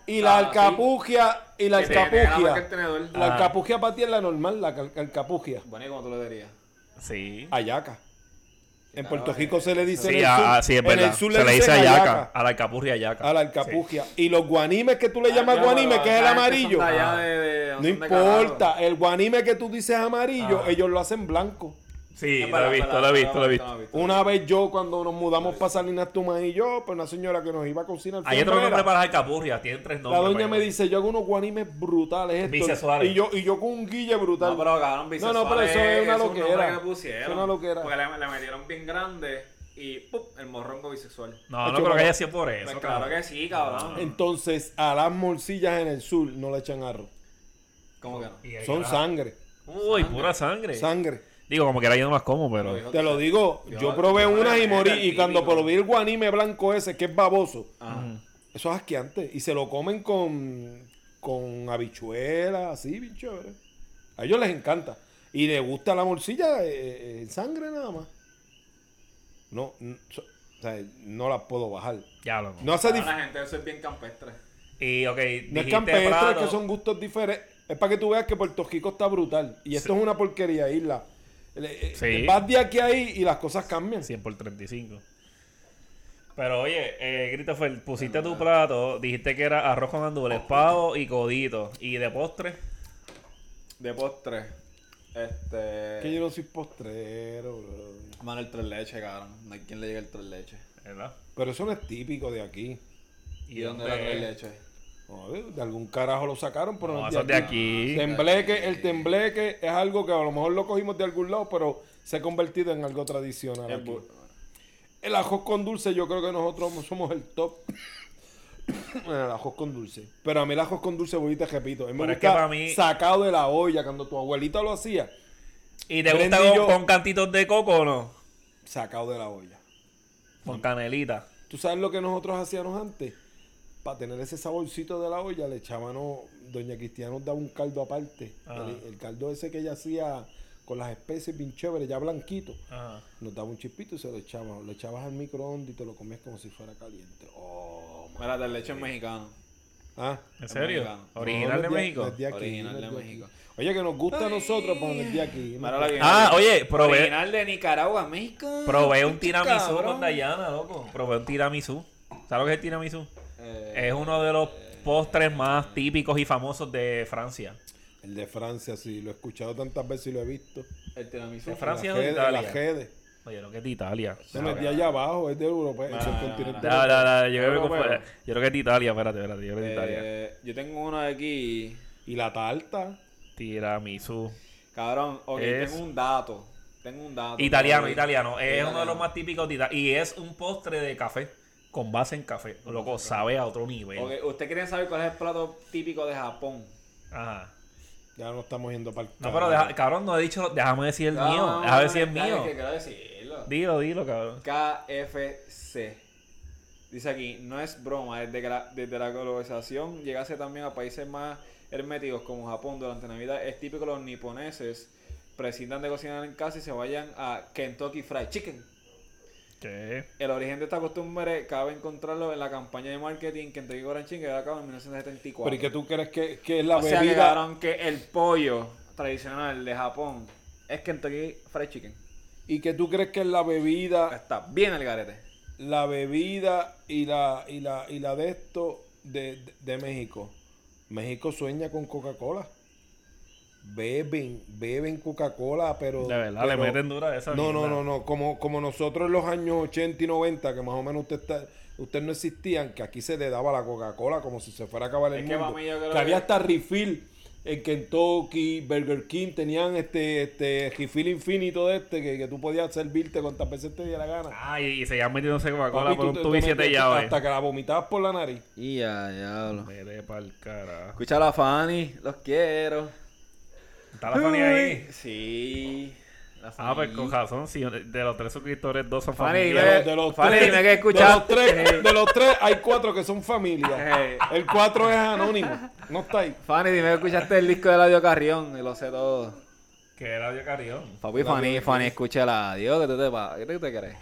B: Y la
C: Ah,
B: alcapugia, y la
C: Que este te- te da más que el
B: alcapugia.
C: tenedor.
B: La
A: Ah.
B: alcapugia para ti es la normal, la cal- alcapugia.
C: Bueno, ¿y cómo tú lo dirías?
A: Sí.
B: Ayaca. En Puerto Rico se
C: este.
B: le dice. en
A: Sí,
B: el
A: ah,
B: sur-
A: sí, es
B: en
A: verdad.
B: el sur
A: Se le dice
B: dicen
A: ayaca. A la alcapurria ayaca.
B: A la alcapugia. Y los guanimes que tú le llamas guanime, que es el amarillo.
A: Ah.
B: No importa. El guanime que tú dices amarillo,
C: Ah.
B: ellos lo hacen blanco.
A: Sí, lo he visto, lo he visto, lo he visto.
B: Una vez yo, cuando nos mudamos para Salinas Tumán y yo, pues una señora que nos iba a cocinar.
A: Hay
B: fue
A: otro nombre
B: Herrera.
A: para las alcapurrias, tienen tres
B: La
A: nombres.
B: doña me
A: pero-
B: dice, yo hago unos guanimes brutales esto.
A: Vicia Suárez.
B: Y yo, y yo con un guille brutal.
C: No, pero cabrón, Vice
B: No, no, pero
C: Suárez
B: eso es una
C: un nombre
B: loquera.
C: que pusieron,
B: Es una loquera.
C: Porque le, le metieron bien grande y ¡pum! el morrongo bisexual.
A: No,
B: Ocho,
A: no creo
B: pero-
A: que haya sido por eso.
C: Pues claro
A: cabrón.
C: que sí, cabrón.
B: Entonces, a las morcillas en el sur no le echan arroz.
C: ¿Cómo que no?
A: Y el
B: Son
A: carajo.
B: sangre.
A: Uy, pura sangre.
B: Sangre.
A: Digo, como que era yo no más como, pero.
C: Hijo
B: Te
C: de-
B: lo digo,
C: Yo-
B: yo probé
C: yo
B: unas y
C: era
B: morí.
C: el
B: Y cuando
C: típico.
B: probé el guanime blanco ese, que es baboso,
C: Ajá.
B: eso es asqueante. Y se lo comen con, con habichuelas, así, bien chévere. A ellos les encanta. Y les gusta la morcilla eh, eh, en sangre nada más. No, n- so- o sea, no la puedo bajar.
A: Ya lo
B: No hace
C: Ahora
B: diferencia.
C: la gente, eso es bien campestre.
A: Y, ok,
B: No es
A: dijiste
B: campestre,
A: Prado.
B: es que son gustos diferentes. Es para que tú veas que Puerto Rico está brutal. Y esto es una porquería, isla. Le- eh,
A: Sí.
B: Vas de aquí a ahí y las cosas cambian.
A: 100 por 35. Pero oye, eh, Christopher, pusiste tu plato, dijiste que era arroz con andules, pavo y codito. Y de postre,
C: De postre, este.
B: Que yo no soy postrero, bro.
C: Mano, el tres leche, cabrón. No hay quien le llegue el tres leche.
A: ¿verdad?
B: Pero eso no es típico de aquí.
C: ¿Y dónde era el tres leche?
B: No, de de algún carajo lo sacaron, pero no,
A: No,
B: es
A: eso es de aquí.
B: Tembleque, el tembleque es algo que a lo mejor lo cogimos de algún lado, pero se ha convertido en algo tradicional.
C: El
B: aquí.
C: bu-
B: El ajos con dulce, yo creo que nosotros somos el top. *coughs* en el ajos con dulce. Pero a mí el ajos con dulce, bolita, repito, a mí me
A: Pero es
B: gusta
A: que para mí-
B: sacado de la olla cuando tu abuelita lo hacía,
A: ¿Y te
B: Brenda
A: gusta
B: y
A: con,
B: yo-
A: con cantitos de coco o no?
B: sacado de la olla.
A: Con canelita.
B: ¿Tú sabes lo que nosotros hacíamos antes? Para tener ese saborcito de la olla, le echábamos, doña Cristiana nos daba un caldo aparte.
A: Ah.
B: El, el caldo ese que ella hacía con las especies bien chéveres, ya blanquito.
A: Ajá.
B: Nos daba un chispito y se lo echábamos. Lo echabas al microondas y te lo comías como si fuera caliente. Oh, ma-
C: Mira, tres leche es mexicano.
B: Ah.
A: ¿En
C: Es
A: serio?
C: mexicano.
A: ¿Original
B: No,
A: de
B: no es
A: México?
B: no es aquí,
C: Original
B: no es
C: de
B: aquí.
C: México.
B: Oye, que nos gusta a nosotros poner el de aquí.
C: Mira la que-
A: Ah, oye, probé,
C: Original de Nicaragua, México.
A: probé un tiramisú
C: Cabrón.
A: con Dayana, loco. Probé un tiramisú. ¿Sabes lo que es el tiramisú?
C: Eh,
A: Es uno de los postres más típicos y famosos de Francia.
B: El de Francia, sí, lo he escuchado tantas veces y lo he visto.
C: el tiramisú.
A: De Francia
B: la
A: o de
B: Gede,
A: Italia.
B: la Gede.
A: Oye, lo que es de Italia.
B: No, no, es de allá abajo, es de Europa, es
C: no,
B: del
C: no,
B: continente.
A: No, no, no, yo creo, que
C: Pero
A: me
C: bueno.
A: confundí. yo creo que es de Italia, espérate, espérate, yo creo que es de Italia.
C: Eh, yo tengo una de aquí.
B: Y la tarta.
A: Tiramisú.
C: Cabrón, ok,
A: Es-
C: tengo un dato. Tengo un dato.
A: Italiano,
C: Cabrón.
A: italiano. Es
C: Italiano.
A: uno de los más típicos de Italia. Y es un postre de café con base en café. Loco, sabe a otro nivel.
C: Ok, ¿usted quiere saber cuál es el plato típico de Japón?
A: Ajá.
B: Ya no estamos yendo para el
A: No, pero deja- cabrón, no he dicho, déjame decir el mío.
C: Cabrón,
A: Déjame decir el
C: Ah, está bien,
A: mío.
C: que quiero decirlo.
A: Dilo, dilo, cabrón.
C: KFC. Dice aquí, no es broma, desde que la, desde la globalización llegase también a países más herméticos como Japón durante Navidad, es típico que los niponeses prescindan de cocinar en casa y se vayan a Kentucky Fried Chicken.
A: ¿Qué?
C: El origen de esta costumbre cabe encontrarlo en la campaña de marketing Kentucky Fried Chicken que llevó a cabo en 1974.
B: Pero ¿y qué tú crees que, que es la
C: o sea, que,
B: bebida?
C: cabrón, que el pollo tradicional de Japón es Kentucky Fried Chicken.
B: ¿Y que tú crees que es la bebida?
C: Está bien el garete.
B: La bebida y la, y la, y la de esto de, de- de México. México sueña con Coca-Cola. Beben, beben Coca-Cola, pero.
A: De verdad, le
B: pero-
A: meten dura esa.
B: No, no,
A: mierda.
B: no, no. Como, como nosotros en los años 80 y 90, que más o menos usted está. Usted no existían, que aquí se le daba la Coca-Cola como si se fuera a acabar el
C: Es que
B: mundo.
C: para mí yo creo
B: que había
C: que-
B: hasta refill en Kentucky, Burger King, tenían este, este refill infinito de este, que, que tú podías servirte cuantas veces te diera gana.
A: Ay, y seguían metiéndose Coca-Cola
B: Papi,
A: por
B: tú
A: un
B: te-
A: tubo y
B: te
A: siete
B: metías
A: llaves.
B: Hasta que la vomitabas por la nariz.
C: Y ya, diablo.
A: Vete pa'l carajo.
C: Escucha la Fanny, los quiero.
A: Está la Fanny ahí.
C: Sí. La
A: Ah, pues con razón, si de los tres suscriptores, dos son
C: Fanny,
A: familia.
B: De
C: Eh,
B: los, de los
C: Fanny,
B: tres,
C: dime
B: de
C: qué
B: los
C: escuchaste. *laughs*
B: tres, de los tres, hay cuatro que son familia.
C: Eh,
B: El cuatro es anónimo. No está ahí.
C: Fanny, dime que escuchaste el disco de Ladio Carrión y lo sé todo.
A: Que era yo Carrión.
C: Papi, Fanny, Fanny, escucha la Dios, ¿qué tú te pa- ¿Qué tú te crees?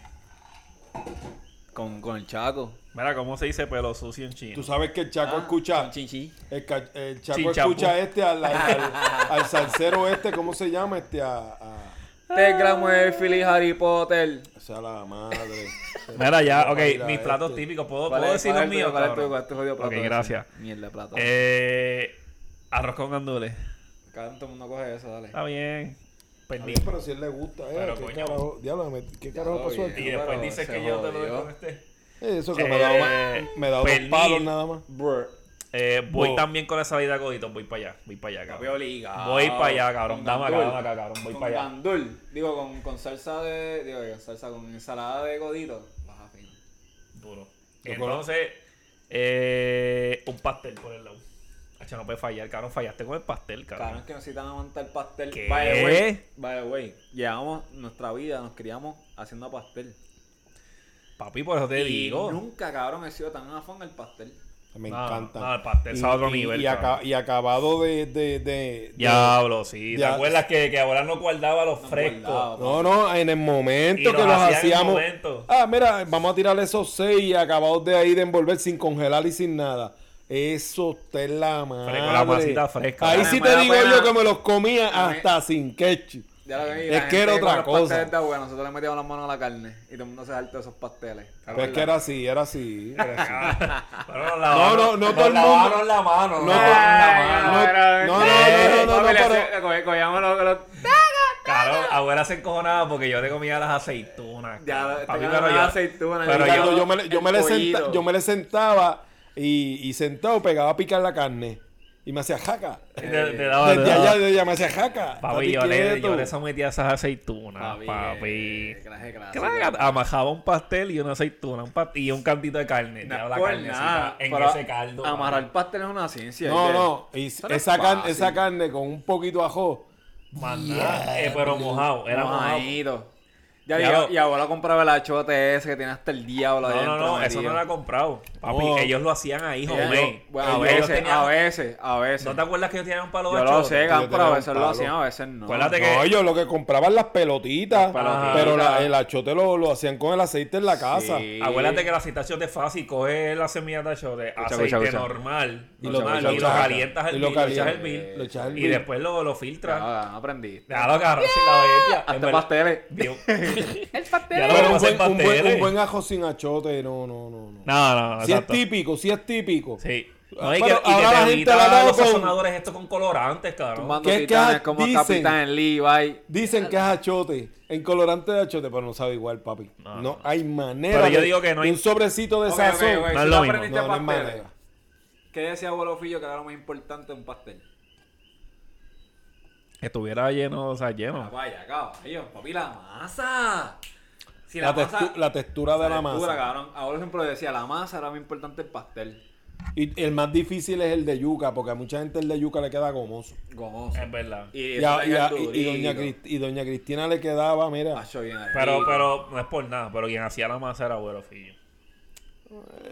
C: Con, con el Chaco.
A: Mira cómo se dice pelo sucio en chino.
B: Tú sabes que el Chaco
C: Ah,
B: escucha.
C: Con Chinchi.
B: El, ca- el Chaco
C: *laughs*
A: Chinchapú.
B: escucha este al, al, al- al salsero este, ¿cómo se llama? Este a, a-
C: 3 gramos de Philly Harry Potter.
B: O sea, la madre.
A: Mira, ya, ok,
B: Mira,
A: mis
B: este.
A: platos típicos. ¿Puedo,
C: ¿Cuál
A: ¿puedo
C: es-
A: decir
C: cuál
A: los
C: es tu-
A: míos?
C: cuál es tu-
A: cabrón?
C: cuál es tu jodido plato
A: Ok,
C: ese?
A: gracias.
C: Mierda, plato.
A: Eh, arroz con gandules.
C: Cada todo el mundo coge eso, dale.
A: Está bien. Pues
B: Está
A: Perdí.
B: bien, pero si él le gusta, eh,
A: Pero,
B: ¿qué
A: coño.
B: carajo? Diablo, me- ¿qué carajo
C: lo
B: pasó
C: vi, eh.
B: aquí? Eh,
A: Y después
C: Pero
A: dices
C: se
A: que yo te lo doy
C: jodió.
A: con este.
B: Eso que me ha dado,
A: Eh,
B: me ha dado
A: pernil.
B: dos palos nada más.
C: Brr.
A: Eh, voy
B: Bo.
A: también con la salida de Codito. Voy para allá. Voy para allá,
C: Papi,
A: cabrón.
C: obligado.
A: Voy para allá, cabrón.
C: Con
A: Dame acá,
C: gandul.
A: dame acá, cabrón. Voy
C: Con
A: para allá.
C: gandul. Digo, con, con salsa de... Digo, con salsa, con ensalada de godito. Baja fino.
A: Duro.
B: De
A: Entonces, eh, un pastel por el lado. Hacho, no puede fallar, cabrón. Fallaste con el pastel,
C: Cabrón,
A: cabrón.
C: es que necesitan aguantar pastel.
A: ¿Qué?
C: By the way, by the way, llevamos nuestra vida, nos criamos haciendo pastel.
A: Papi, por eso te
C: Y
A: digo.
C: nunca, cabrón, he sido tan afán el pastel.
B: Me
A: No,
B: encanta.
A: no, el pastel es a otro nivel,
B: Y, aca-
A: cabrón.
B: y acabado de, de, de- de-
A: Diablo, sí. ¿Te
B: Ya.
A: acuerdas que, que ahora no guardaba los
C: No
A: frescos?
C: guardaba.
B: No, no, en el
A: Y
B: momento
A: los
B: que los
A: hacían en el
B: hacíamos.
A: momento.
B: Ah, mira, vamos a tirar esos seis y acabados de ahí de envolver sin congelar y sin nada. Eso está en la madre.
A: la masita fresca.
B: Ahí
C: Dale,
B: sí
C: me
B: te
C: da
B: digo
C: pena.
B: yo que me los comía
C: Dame.
B: hasta sin ketchup.
C: Ya lo vi,
B: Es
C: la
B: que era
C: gente
B: otra
C: con
B: cosa.
C: los pasteles de agua, nosotros le metíamos las manos a la carne y todo el mundo se saltó de esos pasteles.
B: Pero es que era así, era así. era así.
A: Pero nos lavaron-
B: no, no
A: nos
B: todo el mundo.
A: lavaron la mano.
B: No,
A: nos
B: no,
A: lavaron la mano.
B: no, no, no, no, no, no, pero-
C: Cogíamos los... los-
A: Claro, abuela se encojonaba porque yo le comía las aceitunas.
C: Ya,
A: cabrón.
C: te
A: Papi,
C: comía
A: pero
C: las
A: yo-
C: aceitunas,
A: Pero
C: Ricardo,
A: yo,
B: Ricardo, yo me, le- yo
C: el
B: me le
C: pollito.
B: senta- yo me le sentaba y, y sentado pegaba a picar la carne. Y me hacía jaca.
A: te- te daba- te
B: Desde
A: daba-
B: allá, desde allá me hacía jaca.
A: Papi,
B: Estate
A: yo le,
B: quieto.
A: yo le sometí a esas aceitunas,
C: Papi,
A: Ah, papi.
C: eh, clase clásica.
A: Claro, amajaba un pastel y una aceituna un pat- y un cantito de carne.
C: No
A: Ya
C: es
A: la
C: por
A: carnecita
C: nada,
A: en
C: pero
A: ese caldo.
C: Amarrar
A: papi.
C: pastel es una ciencia.
B: No,
C: ¿viste?
B: no. Y
C: Eso no es
B: esa, car-
C: fácil.
B: esa carne con un poquito de ajo.
A: Más nada, eh, pero mojado, era mojado.
C: Mojadito. Ya,
A: Ya
C: y-
A: lo-
C: y ahora compraba el achote ese que tiene hasta el diablo
A: No,
C: adentro,
A: no, no, eso
C: metido.
A: no lo ha comprado. Papi,
B: No.
A: ellos lo hacían ahí,
C: Ellos-
A: homemade.
C: bueno, a
A: Ellos
C: veces,
A: tenían-
C: a veces, a veces.
A: ¿No te acuerdas que ellos tenían un palo de
C: Yo lo
A: achote?
C: sé, Gan,
B: Yo
C: pero a
B: tenía
C: veces
B: un
C: lo
B: palo.
C: hacían, a veces no.
A: Acuérdate que-
B: No, ellos lo que compraban las pelotitas.
C: Las pelotitas.
B: Pero la- el achote lo, lo hacían con el aceite en la casa.
C: Sí.
A: Acuérdate que la aceitación es fácil, coge la semilla de achote,
C: Escucha,
A: aceite
C: escucha, escucha.
A: normal,
B: Y
A: y
B: lo-
A: lo,
B: y lo chaca.
A: calientas
B: Y
A: el
B: lo
A: mil, lo echas
B: calientas.
A: el mil,
B: Lo echas al
A: y
B: mil.
A: después lo, lo filtras.
C: Ah, no aprendí.
A: Ya lo agarró sin la bestia. En
C: Hasta
A: verdad-
C: pasteles.
A: Dios.
C: El
A: Ya
C: pastel.
A: lo
B: Pero
A: vamos a
B: un
A: hacer
B: buen, un, buen,
A: pasteles.
B: un buen ajo sin achote, no, no, no. no.
A: No, no, no.
B: si es
A: exacto.
B: típico, si es típico.
A: Sí.
B: Ah,
A: No, y que,
B: pero
A: y que
B: ahora la
A: te
B: gente
A: evita
B: la da
A: los
B: con-
A: sazonadores estos con colorantes, cabrón.
C: Tumbando
B: ¿Qué- qué
C: titanes
B: ha-
C: como
B: dicen?
C: Capitán en Levi.
B: Dicen que es achote, en colorante de achote, pero no sabe igual, papi.
A: No,
B: No,
A: no.
B: hay manera.
A: Pero yo
B: de-
A: digo que no hay-
B: de Un sobrecito de
C: Ok, ok,
B: sazón.
C: ok, Este eh.
A: es
C: si
A: lo
C: no
A: mismo.
C: aprendiste
B: No, no hay
C: pasteles,
B: manera.
C: ¿Qué decía abuelo Fillo que era lo más importante de un pastel?
A: Que estuviera lleno, o sea,
B: Ah,
A: lleno.
C: Ah, Vaya, caballo, papi, la masa. Si
B: la, textu- la textura de la
C: textura,
B: masa.
C: cabrón. Ahora siempre decía, la masa era más importante el pastel.
B: Y el más difícil es el de yuca, porque a mucha gente el de yuca le queda gomoso.
C: Gomoso.
A: Es verdad.
C: Y,
B: Y, a- y a- y- y doña Crist- y doña Cristina le quedaba, mira,
A: Pero, pero, no es por nada, pero quien hacía la masa era abuelo Fillo.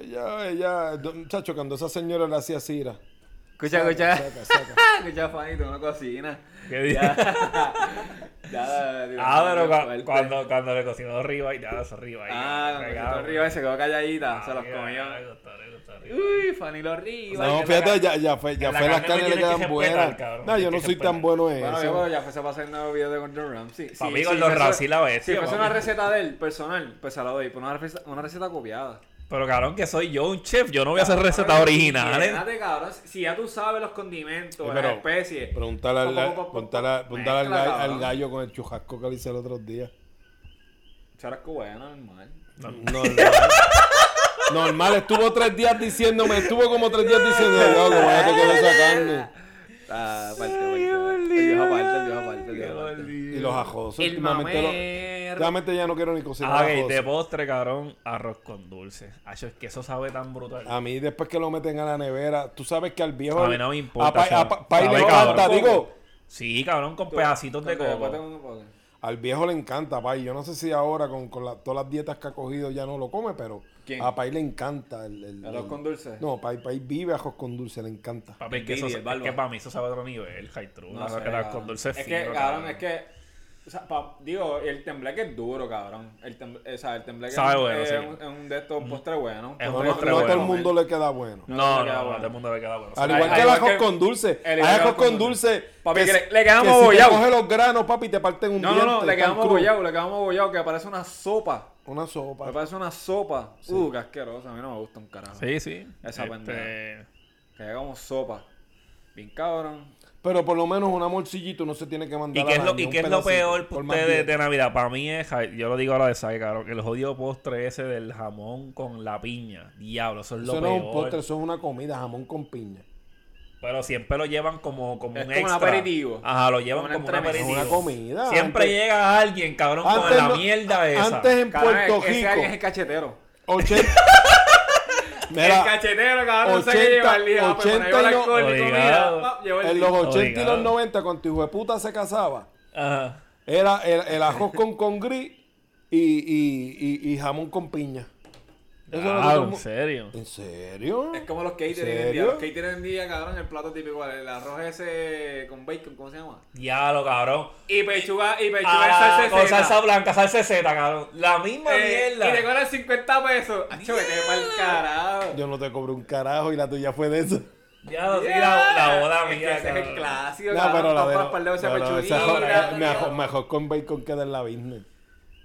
B: ella, ella, do- muchacho, cuando esa señora le hacía cira.
C: Escucha,
A: *laughs*
C: escucha.
B: Saca, saca.
C: Escucha, Fanny, tú no cocinas.
A: ¿Qué dices? *laughs*
C: *laughs* Ya, digo,
A: Ah,
C: no,
A: pero
C: qué
A: cua-
C: fuerte.
A: cuando, cuando le cocinó arriba y ya, eso arriba. ahí,
C: Ah, cuando
A: fregado.
C: cocinó arriba y se quedó calladita.
A: Ah,
C: se los
A: mira,
C: comió.
A: le gustó, le gustó arriba.
C: Uy, Fanny lo arriba.
B: No,
C: y que la
B: fíjate, ya,
C: ca-
B: ya fue, ya
A: La
B: fue las
A: carne
B: carnes le
A: me tiene que
B: quedan
A: respetar,
B: buenas.
A: cabrón,
B: No,
A: tiene
B: yo no
A: que
B: soy tan
A: respetar.
B: bueno en
C: Bueno,
B: eso.
C: yo, bueno, ya fue se pasa el nuevo video de Gordon Ramsay. Sí,
A: Papi,
C: sí,
A: Gordon
C: si
A: Ramsay
C: fuese-
A: la bestia,
C: Si fuese
A: papi.
C: una receta de él, personal, pues se la doy. Pero una receta, una receta copiada.
A: Pero cabrón, que soy yo un chef, yo no voy a hacer recetas
C: Cabrón,
A: originales.
C: imagínate, cabrón, si ya tú sabes los condimentos,
B: Sí,
C: las
B: pero-
C: especies.
B: Preguntarle al,
C: Pa, pa, pa, pa,
B: preguntarle a-
C: pa.
B: preguntarle al,
C: Mezcla,
B: gallo, al
C: cabrón.
B: gallo con el chujasco que le hice el otro día.
C: Charasco bueno, normal.
B: Normal. *laughs* Normal, estuvo tres días diciéndome, estuvo como tres días diciendo, loco, vaya te quedó esa carne.
C: Ah, aparte, aparte. El viejo aparte, el viejo aparte, el viejo aparte.
B: Y los ajosos.
C: El
B: últimamente lo-
C: mamer.
B: Realmente ya no quiero ni cocinar
A: Ah, ok,
B: ajosos.
A: de postre, cabrón, arroz con dulce. Acho, es que eso sabe tan brutal.
B: A mí después que lo meten a la nevera, tú sabes que al viejo...
A: A mí no me importa,
B: A Ah, pa-
A: chavo.
B: a pa- pa- y le
A: Sabe,
B: encanta,
C: cabrón.
B: digo,
A: Sí, cabrón, con pedacitos de
C: Entonces,
A: coco.
C: después tengo un-
B: al viejo le encanta, pay. Yo no sé si ahora con, con la- todas las dietas que ha cogido ya no lo come, pero
C: ¿Quién?
B: a Pai le encanta. El, el-
C: Arroz
B: el-
C: con dulce.
B: No, Pai, Pai vive ajos con dulce, le encanta.
A: Papi, es que, eso,
C: Envidia,
A: es
C: el bárbaro.
A: que para mí eso sabe a otro nivel, high true.
C: No sé,
A: arroz con
C: cabrón.
A: dulce
C: Es
A: fino,
C: que, cabrón, es que O sea, pa- digo, el tembleque es duro, cabrón. El tembleque, o sea, el tembleque
A: Sabe
C: es,
A: bueno,
C: es
A: sí. Mm.
C: un, es un de estos postres buenos.
A: Es un
B: No,
A: Pero
B: no
A: postre
B: a todo el
A: bueno,
B: mundo le queda bueno.
C: No,
A: No,
C: le
A: no,
C: queda
A: no,
C: bueno.
A: a todo el mundo le queda bueno.
B: Al
C: Al-
B: igual que
C: al
B: la
C: igual
B: ajos
C: que-
B: con dulce.
C: el
B: Hay ajos
C: igual con
B: con dulce.
C: Papi, que le-
B: quedamos
C: le
B: Si
C: quedamos
B: te
C: bollao.
B: coges los granos, papi, te parten un
C: No, no,
B: diente.
C: no, le
B: tan
C: quedamos
B: crudo.
C: bollado, le quedamos bollado, que parece una sopa.
B: Una
C: Me
B: sopa.
C: parece una sopa. Uh, qué asquerosa, a mí no me gusta un carajo.
A: Sí, sí.
C: Esa
A: Este,
C: pendeja. Que hagamos sopa. Bien cabrón.
B: Pero por lo menos una morcillita no se tiene que mandar
A: ¿Y qué es
B: al
A: lo,
B: año,
A: y
B: un
A: qué es lo
B: pedacito,
A: peor para
B: por más
A: ustedes de
B: dieta.
A: Navidad? Para mí es, ja- yo lo digo ahora de sabe, cabrón, el jodido postre ese del jamón con la piña. Diablo, eso es lo
B: Eso no
A: peor.
B: es un postre, eso es una comida, jamón con piña.
A: Pero siempre lo llevan como, como
C: Es
A: un
C: como un
A: extra.
C: aperitivo.
A: Ajá, lo llevan
C: Como un
A: como un
B: Es
C: entremés.
A: aperitivo.
B: una comida.
A: Siempre
B: Antes-
A: llega alguien, cabrón, con la
B: no-
A: mierda esa.
B: Antes en
C: Cabrón,
B: Puerto
C: ese
B: Rico.
C: alguien es el cachetero. *laughs*
B: 80.
C: el
B: Mira,
C: cachetero, cabrón, no sé qué
B: 80,
C: lleva el día. Pues, bueno, lleva
B: 80
C: el
B: y no-
C: alcohol y
A: Obligado.
C: comida. pa, lleva el
B: en los
C: día.
B: 80 y
A: Obligado.
B: los 90, cuando tu hijo de puta se casaba,
A: Ajá.
B: era el, el ajos con, con gris y, y, y, y jamón con piña. Eso era lo que todo
A: Claro,
B: el
A: Ah, en
B: mu-
A: serio.
B: ¿En serio?
C: Es como los catering
B: ¿Serio?
C: en día. Los catering en día, cabrón, el plato típico, el arroz ese con bacon, ¿cómo se llama?
A: Diablo, cabrón.
C: Y pechuga, y pechuga en
A: Ah,
C: salsa de
A: con
C: cena.
A: salsa blanca, salsa Z, cabrón. La misma
C: Eh,
A: mierda.
C: Y te cobran 50 pesos. Acho, vete pa'l carajo.
B: Yo no te cobré un carajo y la tuya fue de eso.
A: Diablo, sí,
C: Yeah.
A: la, la boda
C: Es que
A: mía,
C: ese es el
A: cabrón.
C: clásico,
B: No,
C: cabrón,
B: pero la
C: papá,
B: de.
C: pa'l lado de esa
B: no, no, esa eh,
C: pechuguita,
B: joda-
C: la-
B: mejor, mejor con bacon que de la business.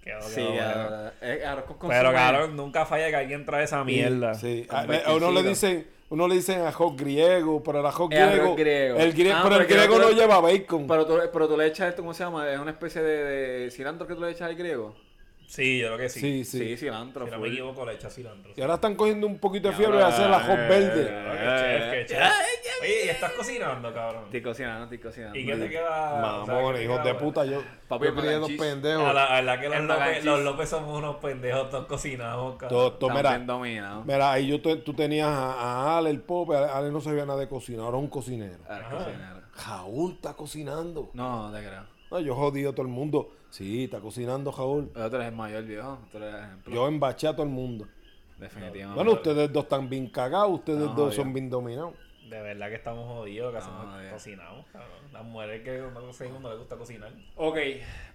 A: Qué bueno,
C: Sí,
A: bueno.
C: cabrón. Eh, arroz con
A: Pero
C: consomé.
A: cabrón, nunca falla que alguien trae esa mierda.
B: Sí.
C: Con
B: A, a
C: baconcito.
B: uno le dicen, uno le dicen ajos griego, pero el ajos
C: El arroz
B: griego.
C: griego.
B: El grie-
C: Ah,
B: pero el
C: porque
B: griego
C: otro-
B: no lleva bacon.
C: Pero tú, pero tú le echas esto, ¿cómo se llama? Es una especie de, de cilantro que tú le echas al griego.
A: Sí, yo creo que sí.
B: sí, sí.
C: Sí, cilantro.
A: Si no me
C: full.
A: equivoco, le echa cilantro.
B: Y ahora están cogiendo un poquito de
A: Ah,
B: fiebre de hacer el ajos
C: Eh,
B: verde.
A: Claro, qué
C: Eh,
A: chef, qué chef. Oye, ¿y estás cocinando, cabrón?
C: Estoy cocinando, estoy cocinando.
A: ¿Y qué te queda? o sea,
B: Mamón,
A: qué te
B: Ah, hijos
A: queda,
B: de
A: ah, bueno?
B: puta, yo.
C: Papi,
B: yo crié
C: mac and
B: dos
C: cheese.
A: A
B: pendejos.
A: la, a la que los
C: El
A: López,
C: maganchis.
A: los López somos unos pendejos, todos cocinados, cabrón.
B: Todo- todo,
C: Estamos
B: mira,
C: bien dominados.
B: mira, ahí yo te- tú tenías a, a Ale, el pope, Ale, Ale no sabía nada de cocina, ahora es un cocinero.
C: Ahora es cocinero.
B: Jaúl está cocinando.
C: No, no te creo.
B: No, yo jodí a todo el mundo. Sí, está cocinando Jaúl.
C: El otro es el mayor, viejo. Tú eres el ejemplo.
B: Yo embaché a todo el mundo.
C: Definitivamente.
B: Bueno, ustedes dos están bien cagados, ustedes
C: No,
B: dos
C: jodido.
B: son bien dominados.
A: De verdad que estamos jodidos, que hacemos
C: No, Ah, ya.
A: cocinamos, cabrón. Las mujeres que no cocinan no les gusta cocinar.
C: Ok,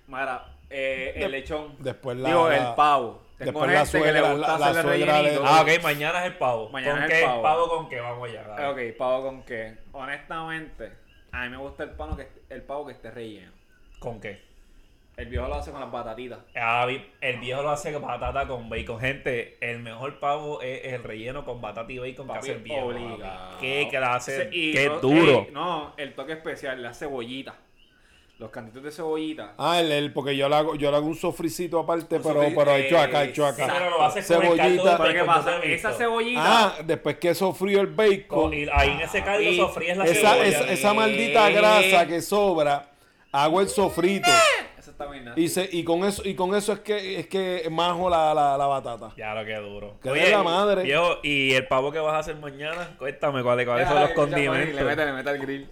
C: Mara, eh, el lechón.
B: después la-
C: Digo,
B: la-
C: el pavo. Tengo
B: después la
C: gente que
B: suegra,
C: le gusta
B: la- la
C: hacerle
B: suegra de-
C: rellenito.
A: Ah, ok, mañana es el pavo.
C: Mañana
A: ¿Con
C: es
A: qué?
C: el pavo.
A: con qué? Vamos allá. dale.
C: Eh, Ok, pavo con qué. Honestamente, a mí me gusta el, pano que, el pavo que esté relleno.
A: ¿Con qué?
C: El viejo lo hace con las batatitas.
A: Ah, vi- el viejo lo hace con patata con bacon. Gente, el mejor pavo es el relleno con batata y bacon
C: Papi,
A: que hace el viejo. papi.
C: obligado.
A: Qué clase,
C: Se- y
A: qué
C: no-
A: duro.
C: ey, no, el toque especial, la cebollita. Los cantitos de cebollita.
B: Ah, el, el- porque yo le hago, yo le hago un sofricito aparte,
C: Un
B: pero,
C: sofri-
B: pero hecho acá,
C: eh,
B: hecho
A: Sí,
B: acá.
A: pero lo haces con el
B: Ah,
A: caldo
B: Cebollita.
A: de
C: ¿Pero
A: bacon,
C: qué
A: yo
C: pasa?
A: te he visto.
C: Esa cebollita.
B: Ah, después que sofrío el bacon,
A: Con- y ahí en ese caldo
C: Papi,
A: sofríes la
B: esa,
A: cebolla.
B: esa, esa maldita
C: Eh.
B: grasa que sobra, hago el sofrito.
C: Esa está bien. nasty.
B: Y, se, y con eso, y con eso es que es que majo la, la, la batata.
A: Ya lo que duro.
B: Que de la madre.
A: viejo, y el pavo que vas a hacer mañana, cuéntame cuáles cuáles son
C: Ay,
A: los
C: escucha, Juan, y Le mete,
A: condimentos.
C: le mete al
B: *laughs*
C: grill.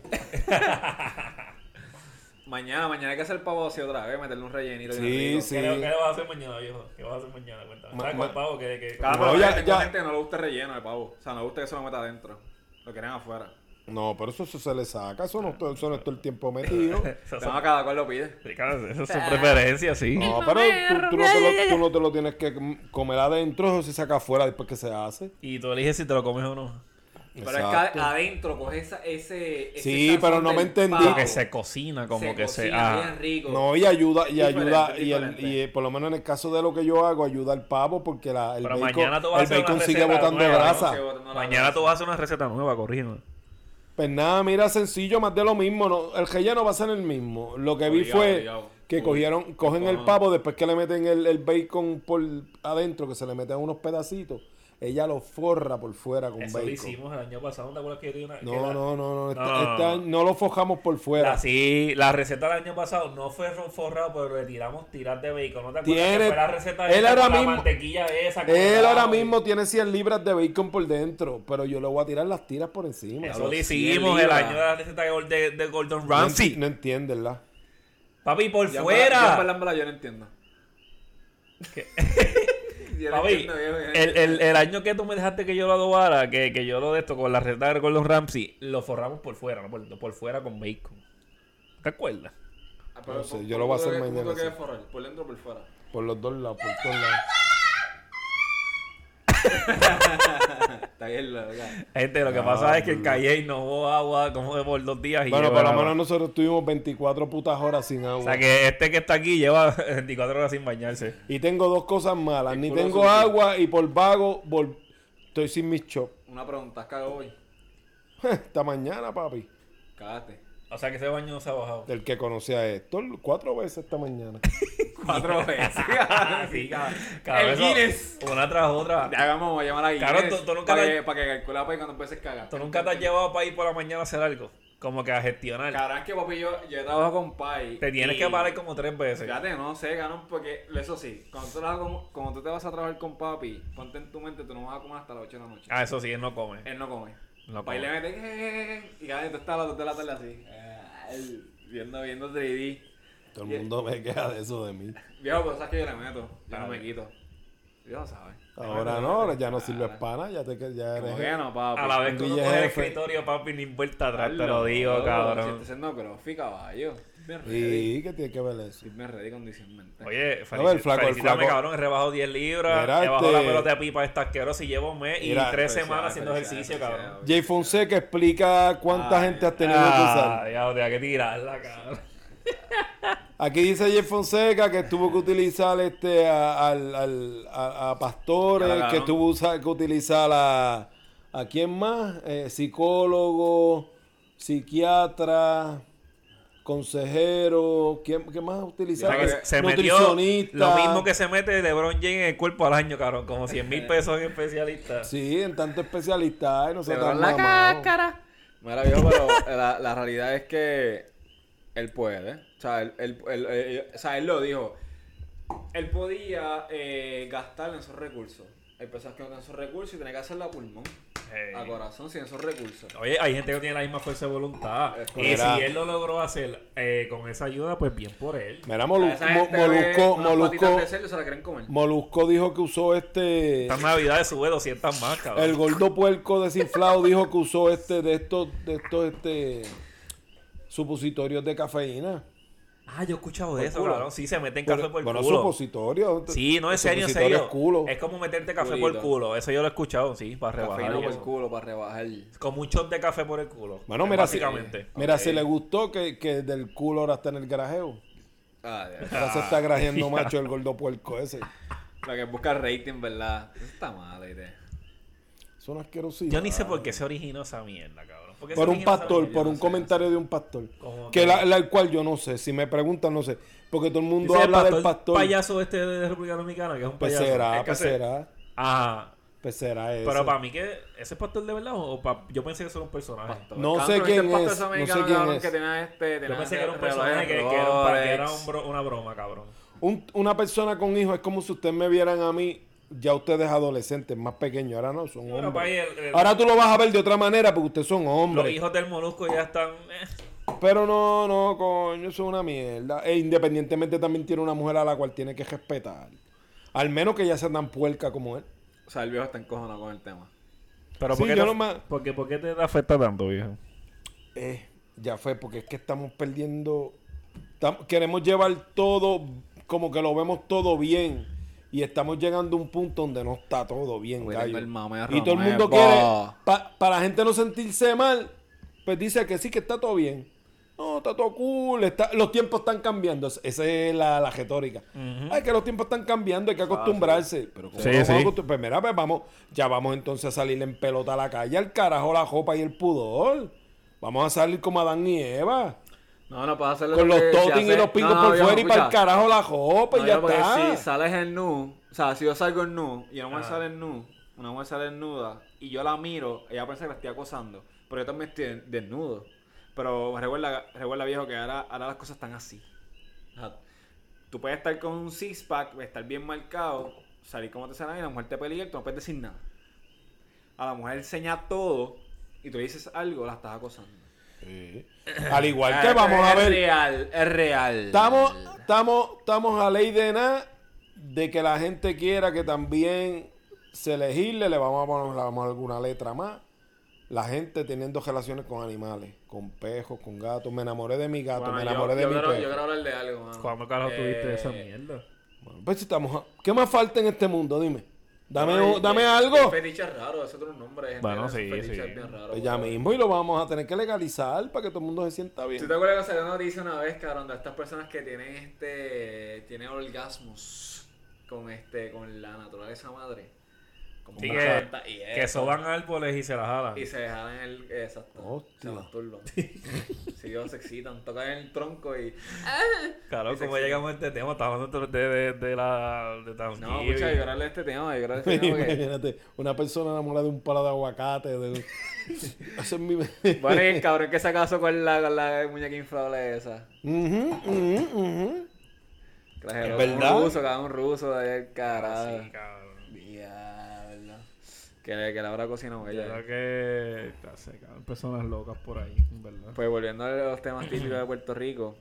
C: mañana, mañana hay que hacer pavo así otra vez, meterle un rellenito.
B: Sí,
C: bien rico.
B: sí.
A: ¿Qué, le- qué le vas a hacer mañana, viejo? ¿Qué vas a hacer mañana? Cuéntame.
B: Ma-
A: ¿Sabes cuál
B: ma-
A: pavo que, que-
C: Claro,
B: No,
C: pero
B: ya-
C: hay
B: ya.
C: gente que no le gusta el relleno de pavo. O sea, no le gusta que se lo meta adentro. Lo quieren afuera.
B: No, pero eso, eso se le saca, eso no, estoy- eso no es todo el tiempo metido.
A: Esas
B: *laughs*
C: Pero
A: son-
C: no, cada cual lo pide.
A: Ricardo, esas
C: Ah.
A: son preferencias, sí.
B: No, pero tú, tú no te lo, tú no te lo tienes que com- comer adentro, eso se saca afuera después que se hace.
A: Y tú eliges si te lo comes o no.
C: Pero es que
B: Exacto.
C: ad- adentro coge esa, ese, ese.
B: Sí,
C: sazón
B: pero no
C: del
B: me entendí.
C: pavo.
A: Que se cocina, como que se.
C: cocina
A: ah.
C: bien rico.
B: No, y ayuda, y
C: Diferente,
B: ayuda, y, el-
C: diferente.
B: y, eh, por lo menos en el caso de lo que yo hago, ayuda al pavo porque la, el
A: Pero
B: bacon,
A: mañana tú vas a
B: el
A: hacer una
B: bacon sigue
A: receta
B: botando
A: nueva, ¿no?
B: grasa.
C: Se bota- no la-
A: Mañana tú vas a hacer una receta nueva, corriendo.
B: Pues nada, mira, sencillo, más de lo mismo. no- el relleno va a ser el mismo. Lo que vi
C: Obligado,
B: fue
C: obligado.
B: que
C: Uy,
B: cogieron, cogen el
C: no.
B: pavo, después que le meten el, el bacon por adentro, que se le meten unos pedacitos, ella lo forra por fuera con
A: Eso lo
B: bacon.
A: hicimos el año pasado, ¿no te acuerdas que yo tenía una.? que
B: No,
A: la-
B: no, no, no, este-
A: No, no, no,
B: este
A: no.
B: año no lo fojamos por fuera.
A: La, sí, la receta del año pasado no fue ro- forrado, pero le tiramos tiras de bacon. ¿No te acuerdas
B: Tiene-
A: que fue la receta
B: él
A: esa
B: ahora
A: con
B: mismo-
A: la mantequilla esa? con
B: Él
A: la-
B: ahora mismo tiene 100 libras de bacon por dentro, pero yo le voy a tirar las tiras por encima.
A: Eso
B: No
A: lo
C: cien
A: hicimos el
C: libras.
A: año de la receta de, Gord- de- de Gordon
B: enti-
A: Ramsay.
B: No entiendes, ¿verdad?
A: Papi, por
C: Ya
A: fuera.
C: para- ya para la mala yo no entiendo. *laughs* Yo no
A: Papi,
C: entiendo, viejo, yo no
A: el, el- el año que tú me dejaste que yo lo adobara, que, que yo lo de esto con la receta de Gordon Ramsay, lo forramos por fuera, no por, por fuera con bacon. ¿Te acuerdas?
C: Ah, pero
B: No sé,
C: ¿cómo-
B: yo lo voy a
C: cómo
B: hacer
C: tú lo que-
B: mañana,
C: cómo tú lo
B: sí.
C: quieres forrar? ¿Por dentro o por fuera?
B: Por los dos lados, por todos lados.
C: Está bien, la verdad.
A: Gente, lo que pasa es que el Calle no hubo agua como de por dos días. Y
B: Bueno,
A: lleva
B: por lo
A: agua.
B: menos nosotros tuvimos 24 putas horas sin agua.
A: O sea que este que está aquí lleva *laughs* 24 horas sin bañarse.
B: Y tengo dos cosas malas.
C: El
B: Ni
C: culo
B: tengo
C: sucio.
B: agua y por vago vol- estoy sin mis chop. *laughs*
C: Una pregunta, ¿has cagado hoy?
B: Esta mañana, papi.
C: Cágate.
A: O sea que ese baño no se ha bajado.
B: El que conoce a Héctor cuatro veces esta mañana.
C: Cuatro veces. *laughs* sí, cabrón.
A: Cada
C: el
A: vez
C: Guinness.
A: Una tras otra.
C: Ya vamos a llamar a Guinness.
A: Cabrón, tú- tú nunca
C: para,
A: te-
C: que, para que calcule para cuando empieces a cagar.
A: ¿Tú nunca te has llevado para ir por la mañana a hacer algo? Como que a gestionar.
C: Cabrón, es que papi, yo, yo trabajo con Pai.
A: Te tienes
C: y-
A: que parar como tres veces.
C: Fíjate, no sé, cabrón, porque eso sí, cuando tú, trabajas con- cuando tú te vas a trabajar con papi, ponte en tu mente, tú no vas a comer hasta las 8 de la noche.
A: Ah, eso sí, él no come.
C: Él no come.
A: No
C: Pai
A: come.
C: le mete, "Eh", y cabrón, tú estás a las 2 de la tarde así. ay, viendo, viendo 3D.
B: Todo el mundo me queja de eso de mí.
C: Viejo, pero sabes que yo le meto, yo no
A: Ah.
C: me quito. Dios lo sabe.
B: Ahora no, ahora ya no sirves pana, ya te que- ya
C: Como
B: eres.
C: que no, papi.
A: A la vez que uno
B: Guille
A: coge el
B: jefe.
A: escritorio, papi, ni vuelta atrás,
C: Carlos,
A: te lo digo,
C: bro, Si
A: cabrón.
C: estás haciendo crossfit, caballo. Me ready.
B: Y Pues, que tiene que ver eso.
C: Sí, me ready condicionalmente.
A: Oye, felici-
B: No, el flaco, el
A: felicítame,
B: flaco.
A: cabrón, he rebajado 10 libras,
B: Mira,
A: he bajado la
B: este-
A: pelota de pipa de asqueroso y llevo un mes y
B: Mira,
A: tres
C: Felicidades,
A: semanas haciendo
C: felicidades,
A: ejercicio, cabrón.
C: felicidades,
B: Jay Fonseca explica cuánta
C: Ah,
B: gente has tenido que
A: Ah,
B: usar.
A: diablo, tenía que tirarla, cabrón.
B: Aquí dice Jay Fonseca que tuvo que utilizar este a, al- al- a- a pastores,
C: Ya la
B: que
C: ganó.
B: tuvo usa- que utilizar a, a quién más, Eh, psicólogo, psiquiatra, consejero, ¿quién, qué más
A: O
B: utilizar?
A: sea, que
C: Sabe,
A: se metió
B: Nutricionista.
A: lo mismo que se mete LeBron James en el cuerpo al año, cabrón, como 100 mil pesos en especialista.
B: Eh. Sí, en tanto especialista, y no se
C: Se
B: tan
C: la
B: mamado.
C: cáscara. Mira, viejo, pero eh, la, la realidad es que él puede. O sea, él, él- él- él- o sea, él lo dijo. Él podía eh, gastar en sus recursos. Hay personas que no tienen esos recursos y tiene que hacerlo a pulmón,
A: Hey.
C: a corazón, sin esos recursos.
A: Eh, Oye, hay gente que tiene la misma fuerza de voluntad.
C: Es
A: Y
B: correcto.
A: si él lo logró hacer eh, con esa ayuda, pues bien por él.
B: Mira,
C: A
B: Molu-
C: esa
B: Mo-
C: gente ve
B: Molusco,
C: unas patitas
B: Molusco,
C: de cerdo y se la quieren comer.
B: Molusco dijo que usó este...
A: Esta Navidad sube 200 más, cabrón.
B: El gordo puerco desinflado dijo que usó este de estos de estos este supositorios de cafeína.
A: Ah, yo he escuchado
C: Por
A: de eso,
C: culo.
A: cabrón. Sí, se meten café
B: Pero-
A: por el
B: bueno,
A: culo.
B: supositorios.
A: Sí, no, en serio, en
B: Supositorio
A: serio.
B: es culo.
A: Es como meterte café por
C: Culito.
A: el culo. Eso yo lo he escuchado, sí, para rebajar.
C: Cafeína
A: y
C: por el
A: eso.
C: culo para rebajar.
A: Como un shot de café por el culo.
B: Bueno, mira, si,
A: Básicamente.
B: mira,
C: Ok.
B: si le gustó que, que del culo ahora está en el garajeo.
C: Ah, Dios.
B: Ahora se está grajeando macho el gordo puerco ese.
C: Lo que busca rating, ¿verdad? Eso está mal, idea.
B: Es una asquerosidad.
A: Yo ni sé por qué se originó esa mierda, cabrón. ¿Por, qué se
B: Por un
A: originó esa
B: pastor,
A: mierda?
B: por
C: no
B: un
C: sé,
B: comentario de un pastor.
A: Como
B: Que
A: que-
B: la, la- el cual yo no sé. Si me preguntan, no sé. Porque todo el mundo
A: Dice el
B: habla
A: pastor,
B: del pastor.
A: payaso este de República Dominicana, que es un
B: Pues
A: payaso.
B: será,
A: Es que
B: pues
A: hace-
B: será.
A: Ajá.
B: Pues será ese.
A: Pero para mí que ese es pastor de verdad o o pa- yo pensé que eso era un personaje.
B: No
C: Cabrón,
B: sé
C: ¿viste
B: quién
C: el pastor
B: es, no sé
C: americano,
B: quién
C: cabrón,
B: es.
C: Que tenía este,
A: Yo
C: tenía
A: pensé que era un
C: relojes
A: personaje que, que era, un, pa- que era
C: Rolex.
A: un bro- una broma, cabrón.
B: Un- una persona con hijos es como si ustedes me vieran a mí, ya ustedes adolescentes, más pequeños, ahora no, son
A: Pero para ahí
B: hombres.
A: el- el-
B: Ahora tú lo vas a ver de otra manera porque ustedes son
A: los
B: hombres.
A: hijos del molusco ya están. eh.
B: Pero no, no, coño, eso es una mierda. E independientemente también tiene una mujer a la cual tiene que respetar. Al menos que ella sea tan puerca como él.
C: O sea, el viejo está encojonado con el tema.
A: Pero
B: Sí,
A: ¿por, qué
B: yo
A: te,
B: no me-
A: por qué- por qué te afecta tanto, viejo?
B: Eh, ya fue, porque es que estamos perdiendo. tam- queremos llevar todo, como que lo vemos todo bien. Y estamos llegando a un punto donde no está todo bien,
C: Hueliendo
B: gallo.
C: el mame a
B: y todo el
C: Romero.
B: mundo quiere, pa- para la gente no sentirse mal, pues dice que sí, que está todo bien. No, está todo cool, está- los tiempos están cambiando. Es- Esa es la, la retórica. Ay, que los tiempos están cambiando,
C: Ah,
B: hay que acostumbrarse. Pero ¿cómo
A: Sí,
B: nos vamos a
A: sí.
B: acostum- Pues mira, pues vamos, ya vamos entonces a salir en pelota a la calle, al carajo la jopa y el pudor. Vamos a salir como Adán y Eva.
C: No, no, para hacerle
B: Con
C: lo
B: los
C: que- si
B: totting y
C: hace-
B: los pingos
C: No, no,
B: por
C: viejo,
B: fuera y para el
C: escucha.
B: carajo la jopa
C: No,
B: y pues ya
C: yo, porque
B: está.
C: Si sales en nu, o sea, si yo salgo en nu y una mujer sale en nu, una mujer sale desnuda y yo la miro, ella piensa que la estoy acosando, pero yo también estoy desnudo. Pero recuerda, recuerda viejo que ahora, ahora las cosas están así. O sea, tú puedes estar con un six pack, estar bien marcado, salir como te salen y la mujer te pelea y tú no puedes decir nada. A la mujer enseña todo y tú le dices algo, la estás acosando.
B: Al igual que
C: Ah,
B: vamos a
C: es
B: ver.
C: real, es real.
B: Estamos, estamos, estamos a ley de nada de que la gente quiera que también se elegirle, le vamos a poner le vamos a alguna letra más. la gente teniendo relaciones con animales, con pejos, con gatos. Me enamoré de mi gato,
C: Bueno,
B: me
C: yo-
B: enamoré
C: yo,
B: de mi
C: quiero,
B: pejo.
C: yo quiero hablar de algo, mano.
A: ¿Cuándo carajo tuviste
C: Eh,
A: esa mierda?
B: Bueno, pues estamos. a- ¿Qué más falta en este mundo? Dime. Dame,
C: Ay,
B: o- dame
C: el-
B: algo.
C: El fetiche es raro, ese otro nombre. gente,
A: Bueno,
C: ese
A: sí,
C: fetiche
A: sí.
C: es bien raro,
B: Pues ya
C: bro.
B: mismo y lo vamos a tener que legalizar para que todo el mundo se sienta
C: ¿Tú
B: bien.
C: te acuerdas que salió una noticia una vez, cabrón, de estas personas que tienen este. tienen orgasmos con este. con la naturaleza madre? Como
A: Sí,
C: una
A: que-
C: planta y
A: Que
C: eso.
A: soban árboles y se las jalan.
C: eh, Y se dejan el. Exacto. Se
B: Hostia.
C: masturban.
B: *laughs*
C: Si ellos se excitan, tocan el tronco y.
A: Claro,
C: Y se
A: como llegamos a este tema, estamos hablando de, de, de la. de Thanksgiving.
C: No, escucha, yo quiero hablar de este tema, yo quiero hablar
B: *laughs*
C: de este tema porque-
B: Imagínate, una persona enamorada de un palo de aguacate. De... *laughs* Ese es mi... *laughs*
C: Bueno, y el cabrón que se casó con la, con la muñeca inflable esa.
B: Ujú, ujú, ujú.
C: Trajeron
B: Es verdad.
C: un ruso, cabrón, un ruso de ahí, carajo.
A: Sí, cabrón.
C: Diablo. Que le, que le habrá cocinado
A: Yo
C: ella.
A: creo que. Está seca. hay Personas locas por ahí, en ¿verdad?
C: Pues volviendo a los temas típicos de Puerto Rico,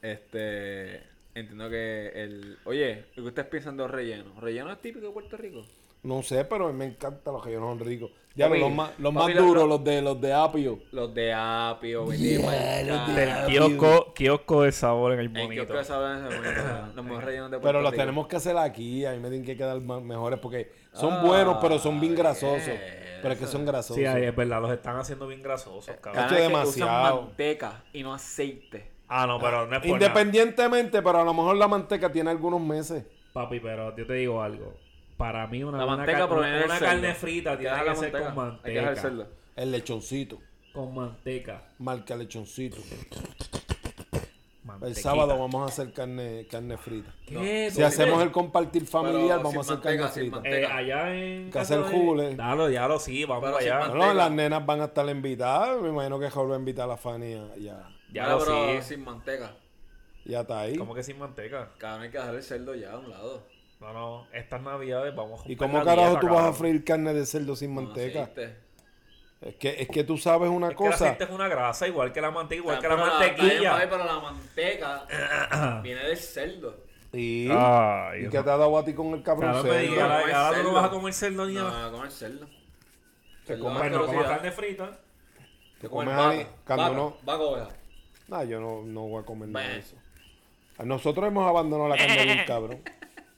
C: este entiendo que el. Oye, ¿qué ustedes piensan de los rellenos? ¿Relleno es típico de Puerto Rico?
B: No sé, pero a mí me encantan los rellenos son ricos. Diablo,
C: Papi,
B: los más, los
C: papi,
B: más
C: lo-
B: duros,
C: lo-
B: los de los de apio.
C: Los de apio, vete pa'l
B: los de
C: carajo.
A: Del kiosco, kiosco de sabor en el
C: Ah, En
A: bonito.
C: kiosco de sabores se ponen los- los mejores rellenos de Puerto
B: Pero los
C: Rico.
B: tenemos que hacer aquí, a mí me tienen que quedar ma- mejores porque son
C: Ah,
B: buenos, pero son bien grasosos.
C: bien.
B: Pero es que son grasosos.
A: Sí, ahí es verdad, los están haciendo bien grasosos,
C: Canales
A: cabrón.
B: Cacho,
C: que
B: demasiado.
C: usan manteca y no aceite.
A: Ah, no, pero no es por nada.
B: Independientemente, pero a lo mejor la manteca tiene algunos meses.
A: Papi, pero yo te digo algo. Para mí una,
C: La
A: una
C: manteca
A: car-
C: proviene
A: una,
C: del cerdo.
A: carne frita tiene
C: dejar
A: que
C: la
A: ser con
C: Hay que dejar el
A: manteca.
C: cerdo.
B: El lechoncito,
A: Con manteca.
B: marca lechoncito. El
A: Mantequita.
B: sábado vamos a hacer carne, carne frita.
A: ¿Qué?
B: Si
A: ¿Tú
B: hacemos el compartir familiar,
C: Pero
B: vamos a
C: sin
B: hacer carne
C: manteca, sin
B: frita.
C: manteca.
A: Eh, allá en.
B: Que hacer
A: casa de-
B: jule.
A: Dalo, ya lo sí, vamos
C: Pero
A: para
C: sin
A: allá.
C: manteca.
B: Bueno, las nenas van a estar invitadas. Me imagino que Jorge va a invitar a la Fanny a- y a,
A: Ya
C: Mira,
A: lo
C: pero
A: sí.
C: sin manteca.
B: y a Taí.
A: ¿Cómo que sin manteca?
C: Cabrón, hay que dejar el cerdo ya a un lado.
A: No, no, estas navidades vamos a
B: ¿Y
A: romper
B: cómo
A: la
B: carajo
A: dieta,
B: tú vas a
A: cabrón.
B: freír carne de cerdo sin
C: Con
B: manteca?
C: aceite.
B: Es que, es que tú sabes una
A: Es que el
B: cosa.
A: aceite es una grasa, igual que la manteca, igual que la
C: Ah, Pero está bien,
A: mantequilla.
C: papi, pero la
A: *coughs*
C: manteca viene del cerdo.
B: Sí.
A: Ay,
B: ¿Y
A: Dios
B: qué te ha dado a ti con el cabrón
A: Claro, me
B: cerdo?
A: diga,
C: no
A: ahora
C: es
A: ahora tú no
C: cerdo.
A: vas a comer cerdo ni nada.
C: No, comer cerdo.
B: Que
C: Cerdo
B: comas-
C: más
A: Pues no comas
C: curiosidad.
A: carne frita.
B: Que
C: Que comer
B: comes ani-
C: vaca.
B: cuando
C: Vaca,
B: no-
C: vaca oveja.
B: No, yo no, no voy a comer nada de
C: Bah.
B: eso. A Nosotros hemos abandonado la carne bien cabrón.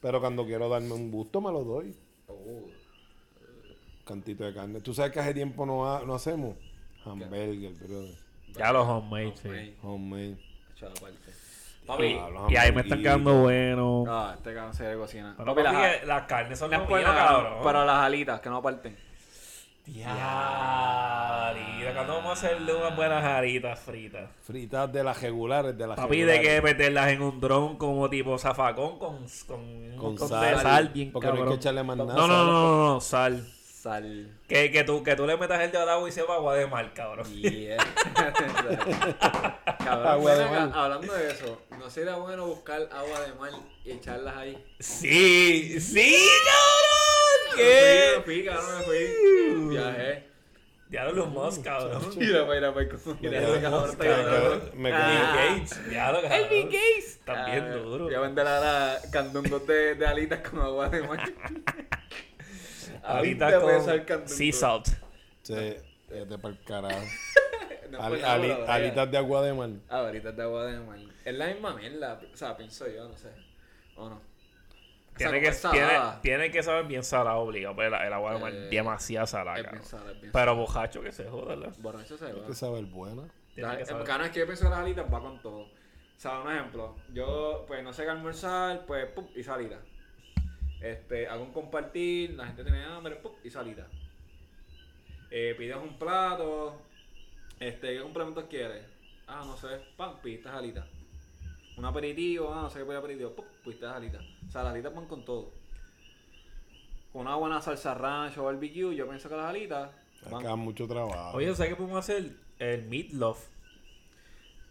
B: Pero cuando quiero darme un gusto me lo doy.
C: Uh,
B: Cantito de carne. Tú sabes que hace tiempo no, ha- no hacemos hamburger, brother.
A: Ya los homemade,
C: ok,
A: sí.
B: Homemade.
C: hecho la parte. Papi.
B: Ah, los
A: Y ahí me
B: hamburguitos.
A: están quedando buenos.
C: Ah, este cabrón se le cocina.
A: Pero
C: Papi,
A: papi,
C: las,
A: que las carnes son las
C: las buenas,
A: buenas, cabrón.
C: Para las alitas, que no parten.
A: Diario, ¿cuándo vamos a hacerle unas buenas jaritas fritas?
B: Fritas de las regulares, de las
A: Papi, de
B: regulares.
A: que meterlas en un dron como tipo zafacón con, con,
B: Con
A: con
B: sal,
A: de sal bien
B: porque no hay
A: cabrón.
B: que echarle más
A: no,
B: nada,
A: no, no,
B: sal.
A: no, no, sal.
C: Sal.
A: Que, que, tú, que tú le metas el dedo al agua y se va agua de mar, cabrón.
B: *laughs*
C: Yeah.
B: Agua
C: Cabrón,
B: de
C: ven acá,
B: mar.
C: hablando de eso, ¿no sería bueno buscar agua de mar y echarlas ahí?
A: Sí, sí, cabrón.
C: Me
A: ¿Qué?
C: fui, me fui, cabrón, me fui. Viajé.
A: Diablo los Musk, cabrón.
C: Y la paila fue como...
B: Me
C: Mira,
B: quedé-
C: ese cabrón está
B: me quedé-
C: cabrón.
B: me quedé-
C: Ah.
A: Bill Gates, diablo, cabrón. El Bill Gates. También
C: Ah,
A: duro.
C: Voy a vender ahora candungos de, de alitas con agua de mar. A 20
A: Ahorita
C: pesos el
A: con
C: candungo.
A: sea salt.
B: Sí, vete pa'l carajo.
C: No,
B: Ali-
C: pues,
B: ali-
C: ahora, ahora.
B: alitas de agua de mar.
C: Ah, alitas de agua de mar. Es la misma mierda. O sea, pienso yo, no sé. ¿O no? O sea,
A: Tiene
C: como
A: que,
C: es
A: tiene,
C: salada.
A: tiene que saber bien salado, obligado. Pero el, el agua de mar
C: Eh,
A: demasiado salada,
C: Es
A: Ah, cabrón.
C: bien salada, es bien
A: Pero bojacho que se joda, ¿verdad?
C: salada. Borracho se va.
B: Hay que saber buena.
A: Tiene que
C: Las-
A: saber.
C: Cada vez que yo pienso en las alitas va con todo. O sea, un ejemplo, yo pues no sé qué almorzar, pues pum, y salida. Este, hago un compartir, la gente tiene hambre, pum, y salida. Eh, pides un plato, este, ¿qué complementos quieres? Ah, no sé, pan, pistas alitas. Un aperitivo, ah, no sé qué pedir aperitivo, pum, pistas alitas. O sea, las alitas van con todo. Con una buena salsa ranch o barbecue, yo pienso que las alitas van
B: Acá mucho trabajo.
A: Oye, ¿sabes qué podemos hacer? El meatloaf.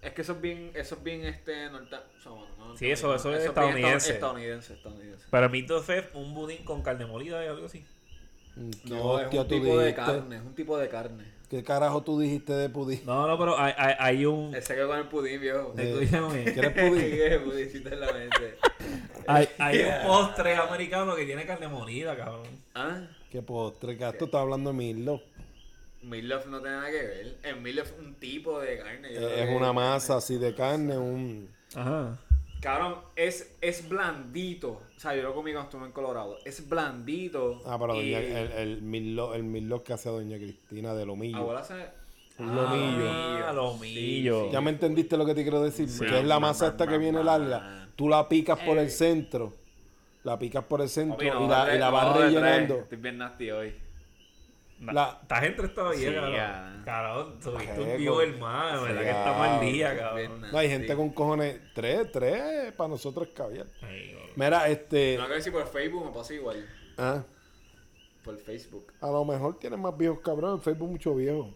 C: Es que eso es bien, eso es bien este norte, o sea, bueno, no
A: Sí, eso-
C: norteamericano,
A: eso es
C: bien
A: estadounidense.
C: estadoun- estadounidense, estadounidense.
A: Para meatloaf es un budín con carne molida y algo así.
B: Mm, ¿Qué
C: No, es
B: hostia
C: un
B: tú
C: tipo de
B: dijiste?
C: carne, es un tipo de carne.
B: ¿Qué carajo tú dijiste de pudín?
A: No, no, pero hay, hay, hay un...
C: Él se quedó con el pudín, viejo.
B: Eh,
A: Escúchame.
B: *laughs* ¿Quieres pudín?
C: El pudíncito en la mente.
B: *laughs*
A: Hay, hay un postre americano que tiene carne molida, cabrón.
C: ¿Ah?
B: ¿Qué postre? Gasto está hablando de Milo.
C: Meatloaf no tiene nada que ver. El meatloaf es un tipo de carne. yo creo
B: Es
C: que-
B: una masa así de carne, un...
A: Ajá.
C: Cabrón, es, es blandito. O sea, yo lo comí cuando estuve en Colorado. Es blandito.
B: Ah, pero
C: y-
B: doña, el, el, meatloaf- el meatloaf que hace doña Cristina de lomillo.
C: Abuela sabe.
B: Un
C: Ah,
B: lomillo.
A: Ah, lomillo.
B: Ya me entendiste lo que te quiero decir.
A: Sí.
B: que es la masa esta que viene larga. Tú la picas por el
C: Eh.
B: centro. La picas por el centro
C: Papi, no,
B: y la,
C: de-
B: y la
C: no,
B: vas
C: de tres.
B: rellenando.
C: Estoy bien nasty hoy.
B: La-
A: Esta gente está bien,
C: Sí,
A: cabrón.
C: ya.
A: Cabrón, tuviste
B: Ajá,
A: un tío
B: con-
A: hermano, ¿verdad?
B: Sí,
A: Que está
B: cabrón.
A: mal día,
C: Bien
A: cabrón.
C: nasty.
B: No, hay gente con cojones. Tres, tres, para nosotros es caviar.
A: Ay, cabrón.
B: Mira, este.
C: No creo que si por Facebook me pasa igual.
B: ah,
C: Por Facebook.
B: a lo mejor tienes más viejos, cabrón. En Facebook mucho viejo.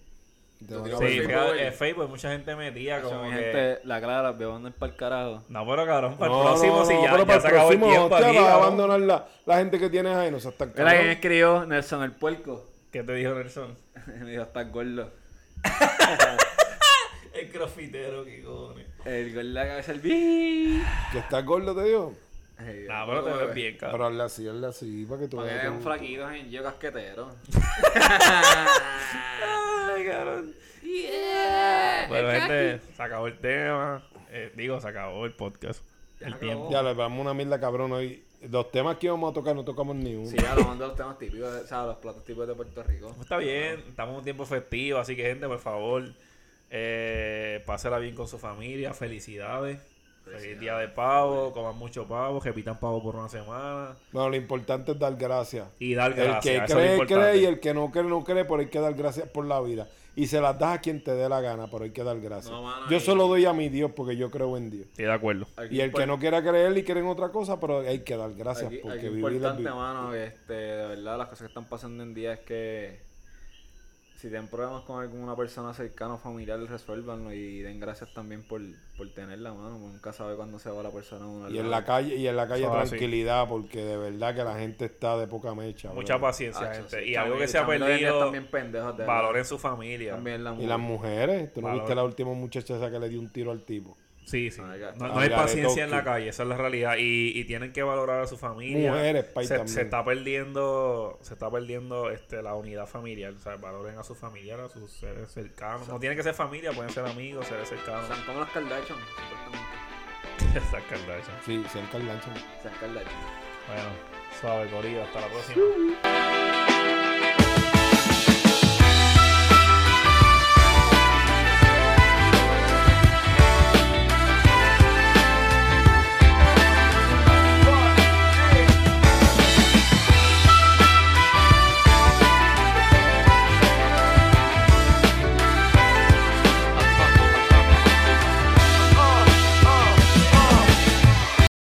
B: Y te
C: Yo
B: van a
C: digo,
B: ver.
A: Sí,
C: Facebook,
A: fíjate,
C: eh.
A: en Facebook mucha gente metía como que...
C: la clara las veo andar para el carajo.
A: No, pero cabrón, para
B: No,
A: el próximo,
B: no,
A: si
B: no,
A: ya,
B: pero
A: ya
B: para
A: se acabó el
B: próximo,
A: tiempo
B: hostia,
A: aquí,
B: vas a
A: cabrón.
B: abandonar la, la gente que tienes ahí. No seas tan
C: Mira quién
B: cabrón.
C: escribió Nelson el puerco.
A: ¿Qué te dijo Nelson?
C: Me dijo, estás gordo.
A: El crofitero, que cojones.
C: El gordo de la cabeza, el bi.
B: Que estás gordo, te digo.
C: Ay, Dios,
A: No, pero te ves bien, cabrón.
B: Pero hazle así, hazle así, para que tú
C: Porque
B: veas
C: eres un
B: que-
C: flaquito, gente. Yo casquetero.
A: Ay, cabrón. Bueno, gente, se acabó el tema. Eh, digo, se acabó el podcast.
C: Ya
A: el
C: acabó.
A: tiempo.
B: Ya le vamos una mierda cabrón hoy. Los temas que íbamos a tocar no tocamos ni uno.
C: Sí, hablando de los temas típicos, o sea, los platos típicos de Puerto Rico.
A: Pues Está bien, estamos en un tiempo festivo, así que, gente, por favor, eh, pásela bien con su familia. Felicidades. Feliz
C: Felicidades.
A: día de pavo, coman mucho pavo, repitan pavo por una semana
B: Bueno, lo importante es dar gracias.
A: y dar
B: El
A: gracias.
B: que
A: eso es lo
B: cree, cree y
A: importante.
B: el que no cree, no cree, pero hay que dar gracias por la vida. Y se las das a quien te dé la gana, pero hay que dar gracias.
C: No, mano,
B: yo
C: y-
B: se lo doy a mi Dios porque yo creo en Dios.
A: Estoy de acuerdo.
B: Y el que no quiera creer y cree en otra cosa, pero hay que dar gracias
C: pues Aquí,
B: porque
C: aquí
B: vivir es
C: importante,
B: vivir.
C: mano, que, este, de verdad, las cosas que están pasando en día es que si tienen problemas con alguna persona cercana o familiar, resuélvanlo y den gracias también por, por tenerla, mano. porque Nunca sabe cuándo se va la persona de uno al
B: Y en
C: lado.
B: la calle, y en la calle
A: Eso es así.
B: tranquilidad, porque de verdad que la gente está de poca mecha.
A: Mucha
B: brother.
A: paciencia,
C: Ah,
A: gente.
C: sí,
A: Y algo
C: también-
A: que se ha
C: también los nenes
A: perdido,
C: También pendejos de verdad.
A: valor en su familia.
C: También la
B: Y las
C: mujer.
B: mujeres, tú no
A: Valor.
B: viste la última muchacha esa que le dio un tiro al tipo.
A: Sí, sí.
C: Ah,
A: No,
C: ya está.
A: no hay
B: Hablaré
A: paciencia en
B: Tokio.
A: la calle, esa es la realidad. Y, y tienen que valorar a su familia.
B: Mujeres, pay,
A: se,
B: también.
A: se está perdiendo, se está perdiendo este, la unidad familiar. O sea, valoren a sus familiares, a sus seres cercanos. no tienen que ser familia, pueden ser amigos, seres cercanos.
B: *laughs*
C: Son como los Kardashian, supuestamente.
A: Esas Kardashian.
B: Sí, cerca el gancho.
C: Sean Kardashian.
A: bueno, suave, Corillo. Hasta la próxima.